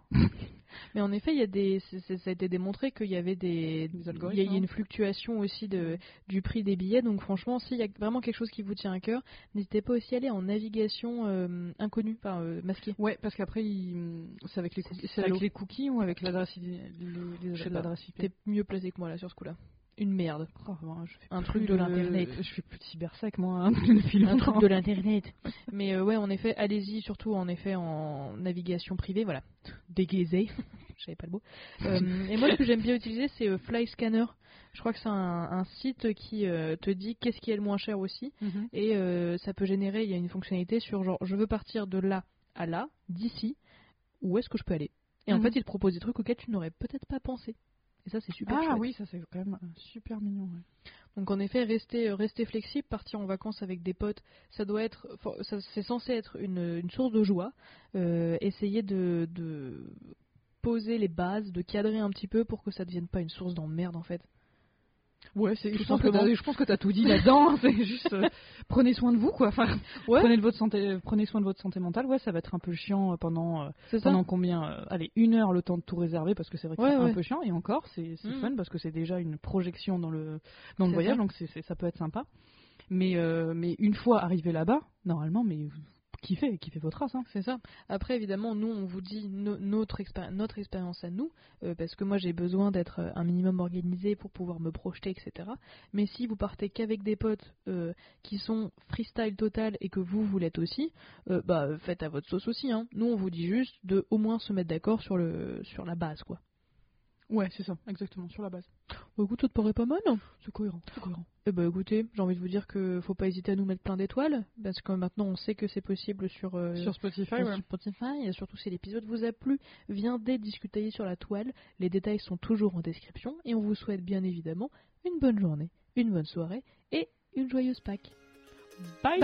Mais en effet, il y a des, c'est- c'est- ça a été démontré qu'il y avait des,
Des
il
algorithmes,
y a- il y a
hein.
une fluctuation aussi de, du prix des billets. Donc franchement, s'il y a vraiment quelque chose qui vous tient à cœur, n'hésitez pas aussi à aller en navigation euh, inconnue, enfin euh, masquée.
Ouais, parce qu'après, ils- c'est avec, les, cookies-
C'est
c'est avec
salaud.
les cookies ou avec l'adresse les, les-
Je sais pas.
l'adresse IP
T'es mieux placé que moi là sur ce coup-là. Une merde.
Oh, ben, je fais
Un
plus
truc de l'internet.
Je fais plus de cybersec, moi, hein, depuis
Un truc
longtemps.
de l'internet. Mais euh, ouais, en effet, allez-y surtout en effet en navigation privée, voilà. Déguisé. Je savais pas le mot. Euh, et moi, ce que j'aime bien utiliser, c'est euh, Flyscanner. Je crois que c'est un, un site qui euh, te dit qu'est-ce qui est le moins cher aussi.
Mhm.
et euh, ça peut générer, il y a une fonctionnalité sur genre je veux partir de là à là, d'ici, où est-ce que je peux aller Et en
Mhm.
fait, il te propose des trucs auxquels tu n'aurais peut-être pas pensé. Et ça, c'est super
Ah
chouette.
oui, ça c'est quand même euh, super mignon. ouais.
Donc en effet, rester, euh, rester flexible, partir en vacances avec des potes, ça doit être, for- ça- c'est censé être une, une source de joie. Euh, essayer de, de poser les bases, de cadrer un petit peu pour que ça ne devienne pas une source d'emmerde en fait.
Ouais, c'est
Tout
je pense que
simplement.
t'as- je pense que t'as tout dit là-dedans. c'est juste euh, prenez soin de vous, quoi. Enfin,
Ouais.
prenez de votre santé, euh, prenez soin de votre santé mentale. Ouais, ça va être un peu chiant euh, pendant euh,
C'est ça.
pendant combien euh, Allez, une heure le temps de tout réserver parce que c'est vrai que
Ouais,
c'est
ouais.
un peu chiant. Et encore, c'est c'est
Mhm.
fun parce que c'est déjà une projection dans le dans
C'est
le voyage,
ça.
donc c'est c'est- ça peut être sympa. Mais euh, mais une fois arrivé là-bas, normalement, mais kiffez, kiffez votre race. Hein.
C'est ça. Après, évidemment, nous, on vous dit no- notre, expéri- notre expérience à nous, euh, parce que moi, j'ai besoin d'être euh, un minimum organisé pour pouvoir me projeter, etc. Mais si vous partez qu'avec des potes euh, qui sont freestyle total et que vous, vous l'êtes aussi, euh, bah, euh, faites à votre sauce aussi. Hein. Nous, on vous dit juste de au moins se mettre d'accord sur, le, sur la base, quoi.
Ouais, c'est ça, exactement, sur la base.
Bah, écoute, ça te paraît pas mal hein
C'est cohérent, c'est cohérent.
Eh ben écoutez, j'ai envie de vous dire que faut pas hésiter à nous mettre plein d'étoiles, parce que maintenant on sait que c'est possible sur, euh,
Sur Spotify,
sur
ouais.
Spotify, et surtout si l'épisode vous a plu, viendez discuter sur la toile, les détails sont toujours en description, et on vous souhaite bien évidemment une bonne journée, une bonne soirée, et une joyeuse Pâques. Bye